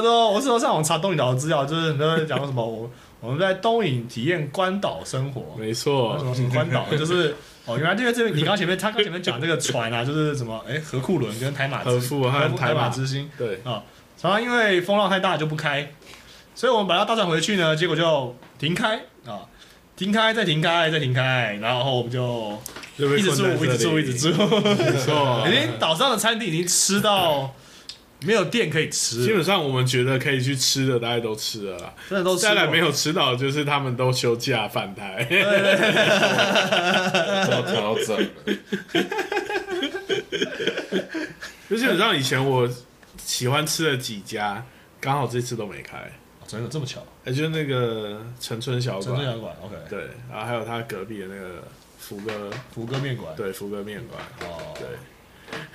Speaker 1: 说，我是说上网查东引岛的资料，就是他在讲什么，我我们在东引体验关岛生活。
Speaker 2: 没
Speaker 1: 什
Speaker 2: 错，
Speaker 1: 么什么关岛，就是哦，原来这边这边你刚前面他刚前面讲这个船啊，就是什么哎河库伦跟台马之
Speaker 2: 和富
Speaker 1: 和
Speaker 2: 和
Speaker 1: 富
Speaker 2: 台
Speaker 1: 台马
Speaker 2: 马，
Speaker 1: 之星，
Speaker 2: 对，
Speaker 1: 常常因为风浪太大就不开，所以我们把它搭船回去呢，结果就停开啊，停开再停开再停开，然后我们就
Speaker 2: 就被
Speaker 1: 一直
Speaker 2: 困
Speaker 1: 住
Speaker 2: 在
Speaker 1: 一直
Speaker 2: 这
Speaker 1: 住哎
Speaker 2: 里
Speaker 1: 一直，住，
Speaker 2: 没错
Speaker 1: 已。经岛上的餐厅已经吃到没有店可以吃，
Speaker 2: 基本上我们觉得可以去吃的，大家都吃了啦。
Speaker 1: 真的都吃
Speaker 2: 再
Speaker 1: 过
Speaker 2: 来没有吃到，就是他们都休假返 台。
Speaker 3: 做调整了，
Speaker 2: 就基本上以前我喜欢吃的几家，刚好这次都没开。
Speaker 1: 真的这么巧，
Speaker 2: 哎、就是那个陈村小
Speaker 1: 真正
Speaker 2: 馆，
Speaker 1: 要管 OK，
Speaker 2: 对，然后还有他隔壁的那个福哥，
Speaker 1: 福哥面馆，
Speaker 2: 对福哥面馆，
Speaker 1: 哦，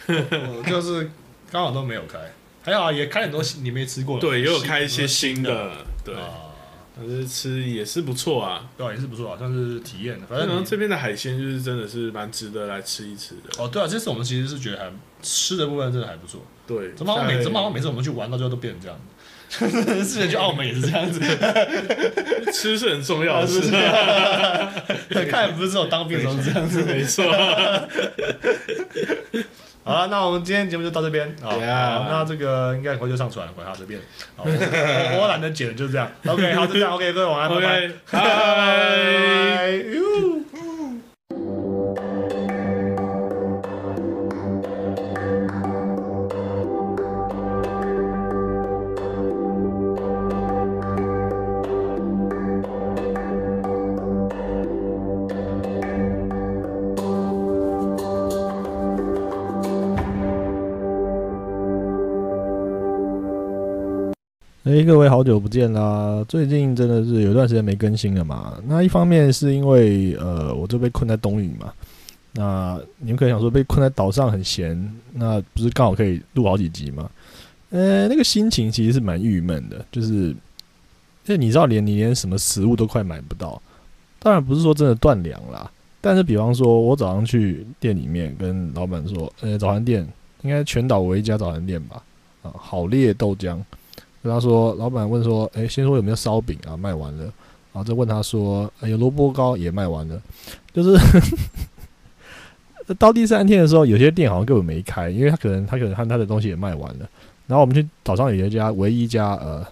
Speaker 2: 对，
Speaker 1: 我就是刚好都没有开，还好啊也开很多新你没吃过的，
Speaker 2: 对也有开一些新
Speaker 1: 新
Speaker 2: 的，对，
Speaker 1: 啊，
Speaker 2: 但是吃也是不错啊。
Speaker 1: 对啊，也是不错啊，算是体验的，反
Speaker 2: 然
Speaker 1: 正
Speaker 2: 后
Speaker 1: 你
Speaker 2: 这边的海鲜就是真的是蛮值得来吃一吃的，
Speaker 1: 哦，对啊啊，这次我们其实是觉得还吃的部分真的还不错，
Speaker 2: 对，
Speaker 1: 怎么好像
Speaker 2: 在
Speaker 1: 每怎么好像每次我们去玩到最后都变 成这样子，之前去澳门也是这 样子，
Speaker 2: 吃是很重要 的
Speaker 1: 是不
Speaker 2: 事
Speaker 1: 是，看来不是只有当兵的时候是这样子。
Speaker 2: 没 错，
Speaker 1: 好了，那我们今天节目就到这边啊。好
Speaker 2: Yeah
Speaker 1: 那这个应该很快就上传了，管他随便。好我我我懒得剪了，就是这样。OK，好，就这样。OK，各位晚安，拜拜
Speaker 2: OK，拜。
Speaker 1: 拜哟
Speaker 4: 哎，各位好久不见啦！最近真的是有一段时间没更新了嘛。那一方面是因为呃，我就被困在东屿嘛。那你们可能想说被困在岛上很闲，那不是刚好可以录好几集吗？呃，那个心情其实是蛮郁闷的，就是，就你知道连你连什么食物都快买不到。当然不是说真的断粮啦，但是比方说我早上去店里面跟老板说，呃，早餐店应该全岛唯一一家早餐店吧？啊，好烈豆浆。跟他说，老板问说，哎、先说有没有烧饼啊，卖完了，然后再问他说，哎有萝卜糕也卖完了，就是 到第三天的时候，有些店好像根本没开，因为他可能他可能他他的东西也卖完了。然后我们去岛上有一家唯一一家呃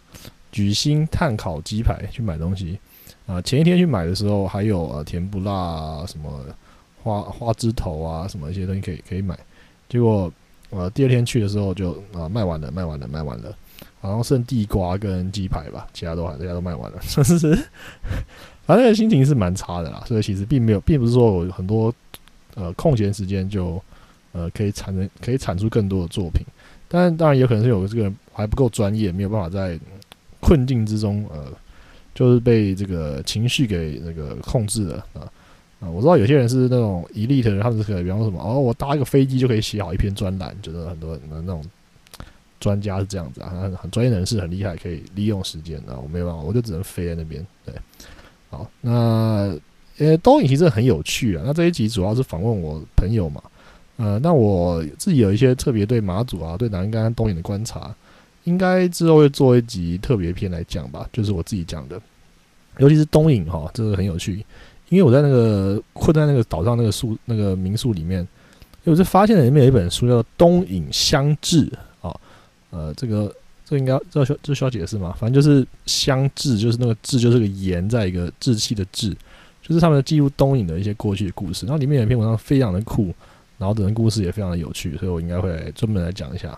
Speaker 4: 举星炭烤鸡排去买东西啊、前一天去买的时候还有呃甜不辣啊，什么花花枝头啊，什么一些东西可以可以买，结果呃第二天去的时候就啊、卖完了，卖完了，卖完了。好像剩地瓜跟鸡排吧，其他都还其他都卖完了，算是， 反正心情是蛮差的啦。所以其实并没有，并不是说我很多呃空闲时间就呃可以产生可以产出更多的作品，但当然也可能是有这个人还不够专业，没有办法在困境之中呃就是被这个情绪给那个控制了啊。啊，我知道有些人是那种 elite 的人，他们是可以，比方说什么哦，我搭一个飞机就可以写好一篇专栏，就是很多那种专家是这样子啊，很很专业人士很厉害，可以利用时间啊，我没办法，我就只能飞在那边。对，好，那呃，东影其实很有趣啊。那这一集主要是访问我朋友嘛，呃，那我自己有一些特别对马祖啊、对南竿、东影的观察，应该之后会做一集特别篇来讲吧，就是我自己讲的，尤其是东影哈，这个很有趣，因为我在那个困在那个岛上那个宿那个民宿里面，我就发现了里面有一本书叫《东影相志》啊。呃，这个这应该这需要这需要解释吗？反正就是香志，就是那个志，就是个盐，在一个志气的志，就是他们记录东影的一些过去的故事。然后里面有一篇文章非常的酷，然后整个故事也非常的有趣，所以我应该会专门来讲一下。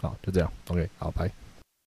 Speaker 4: 好，就这样，OK，好，拜。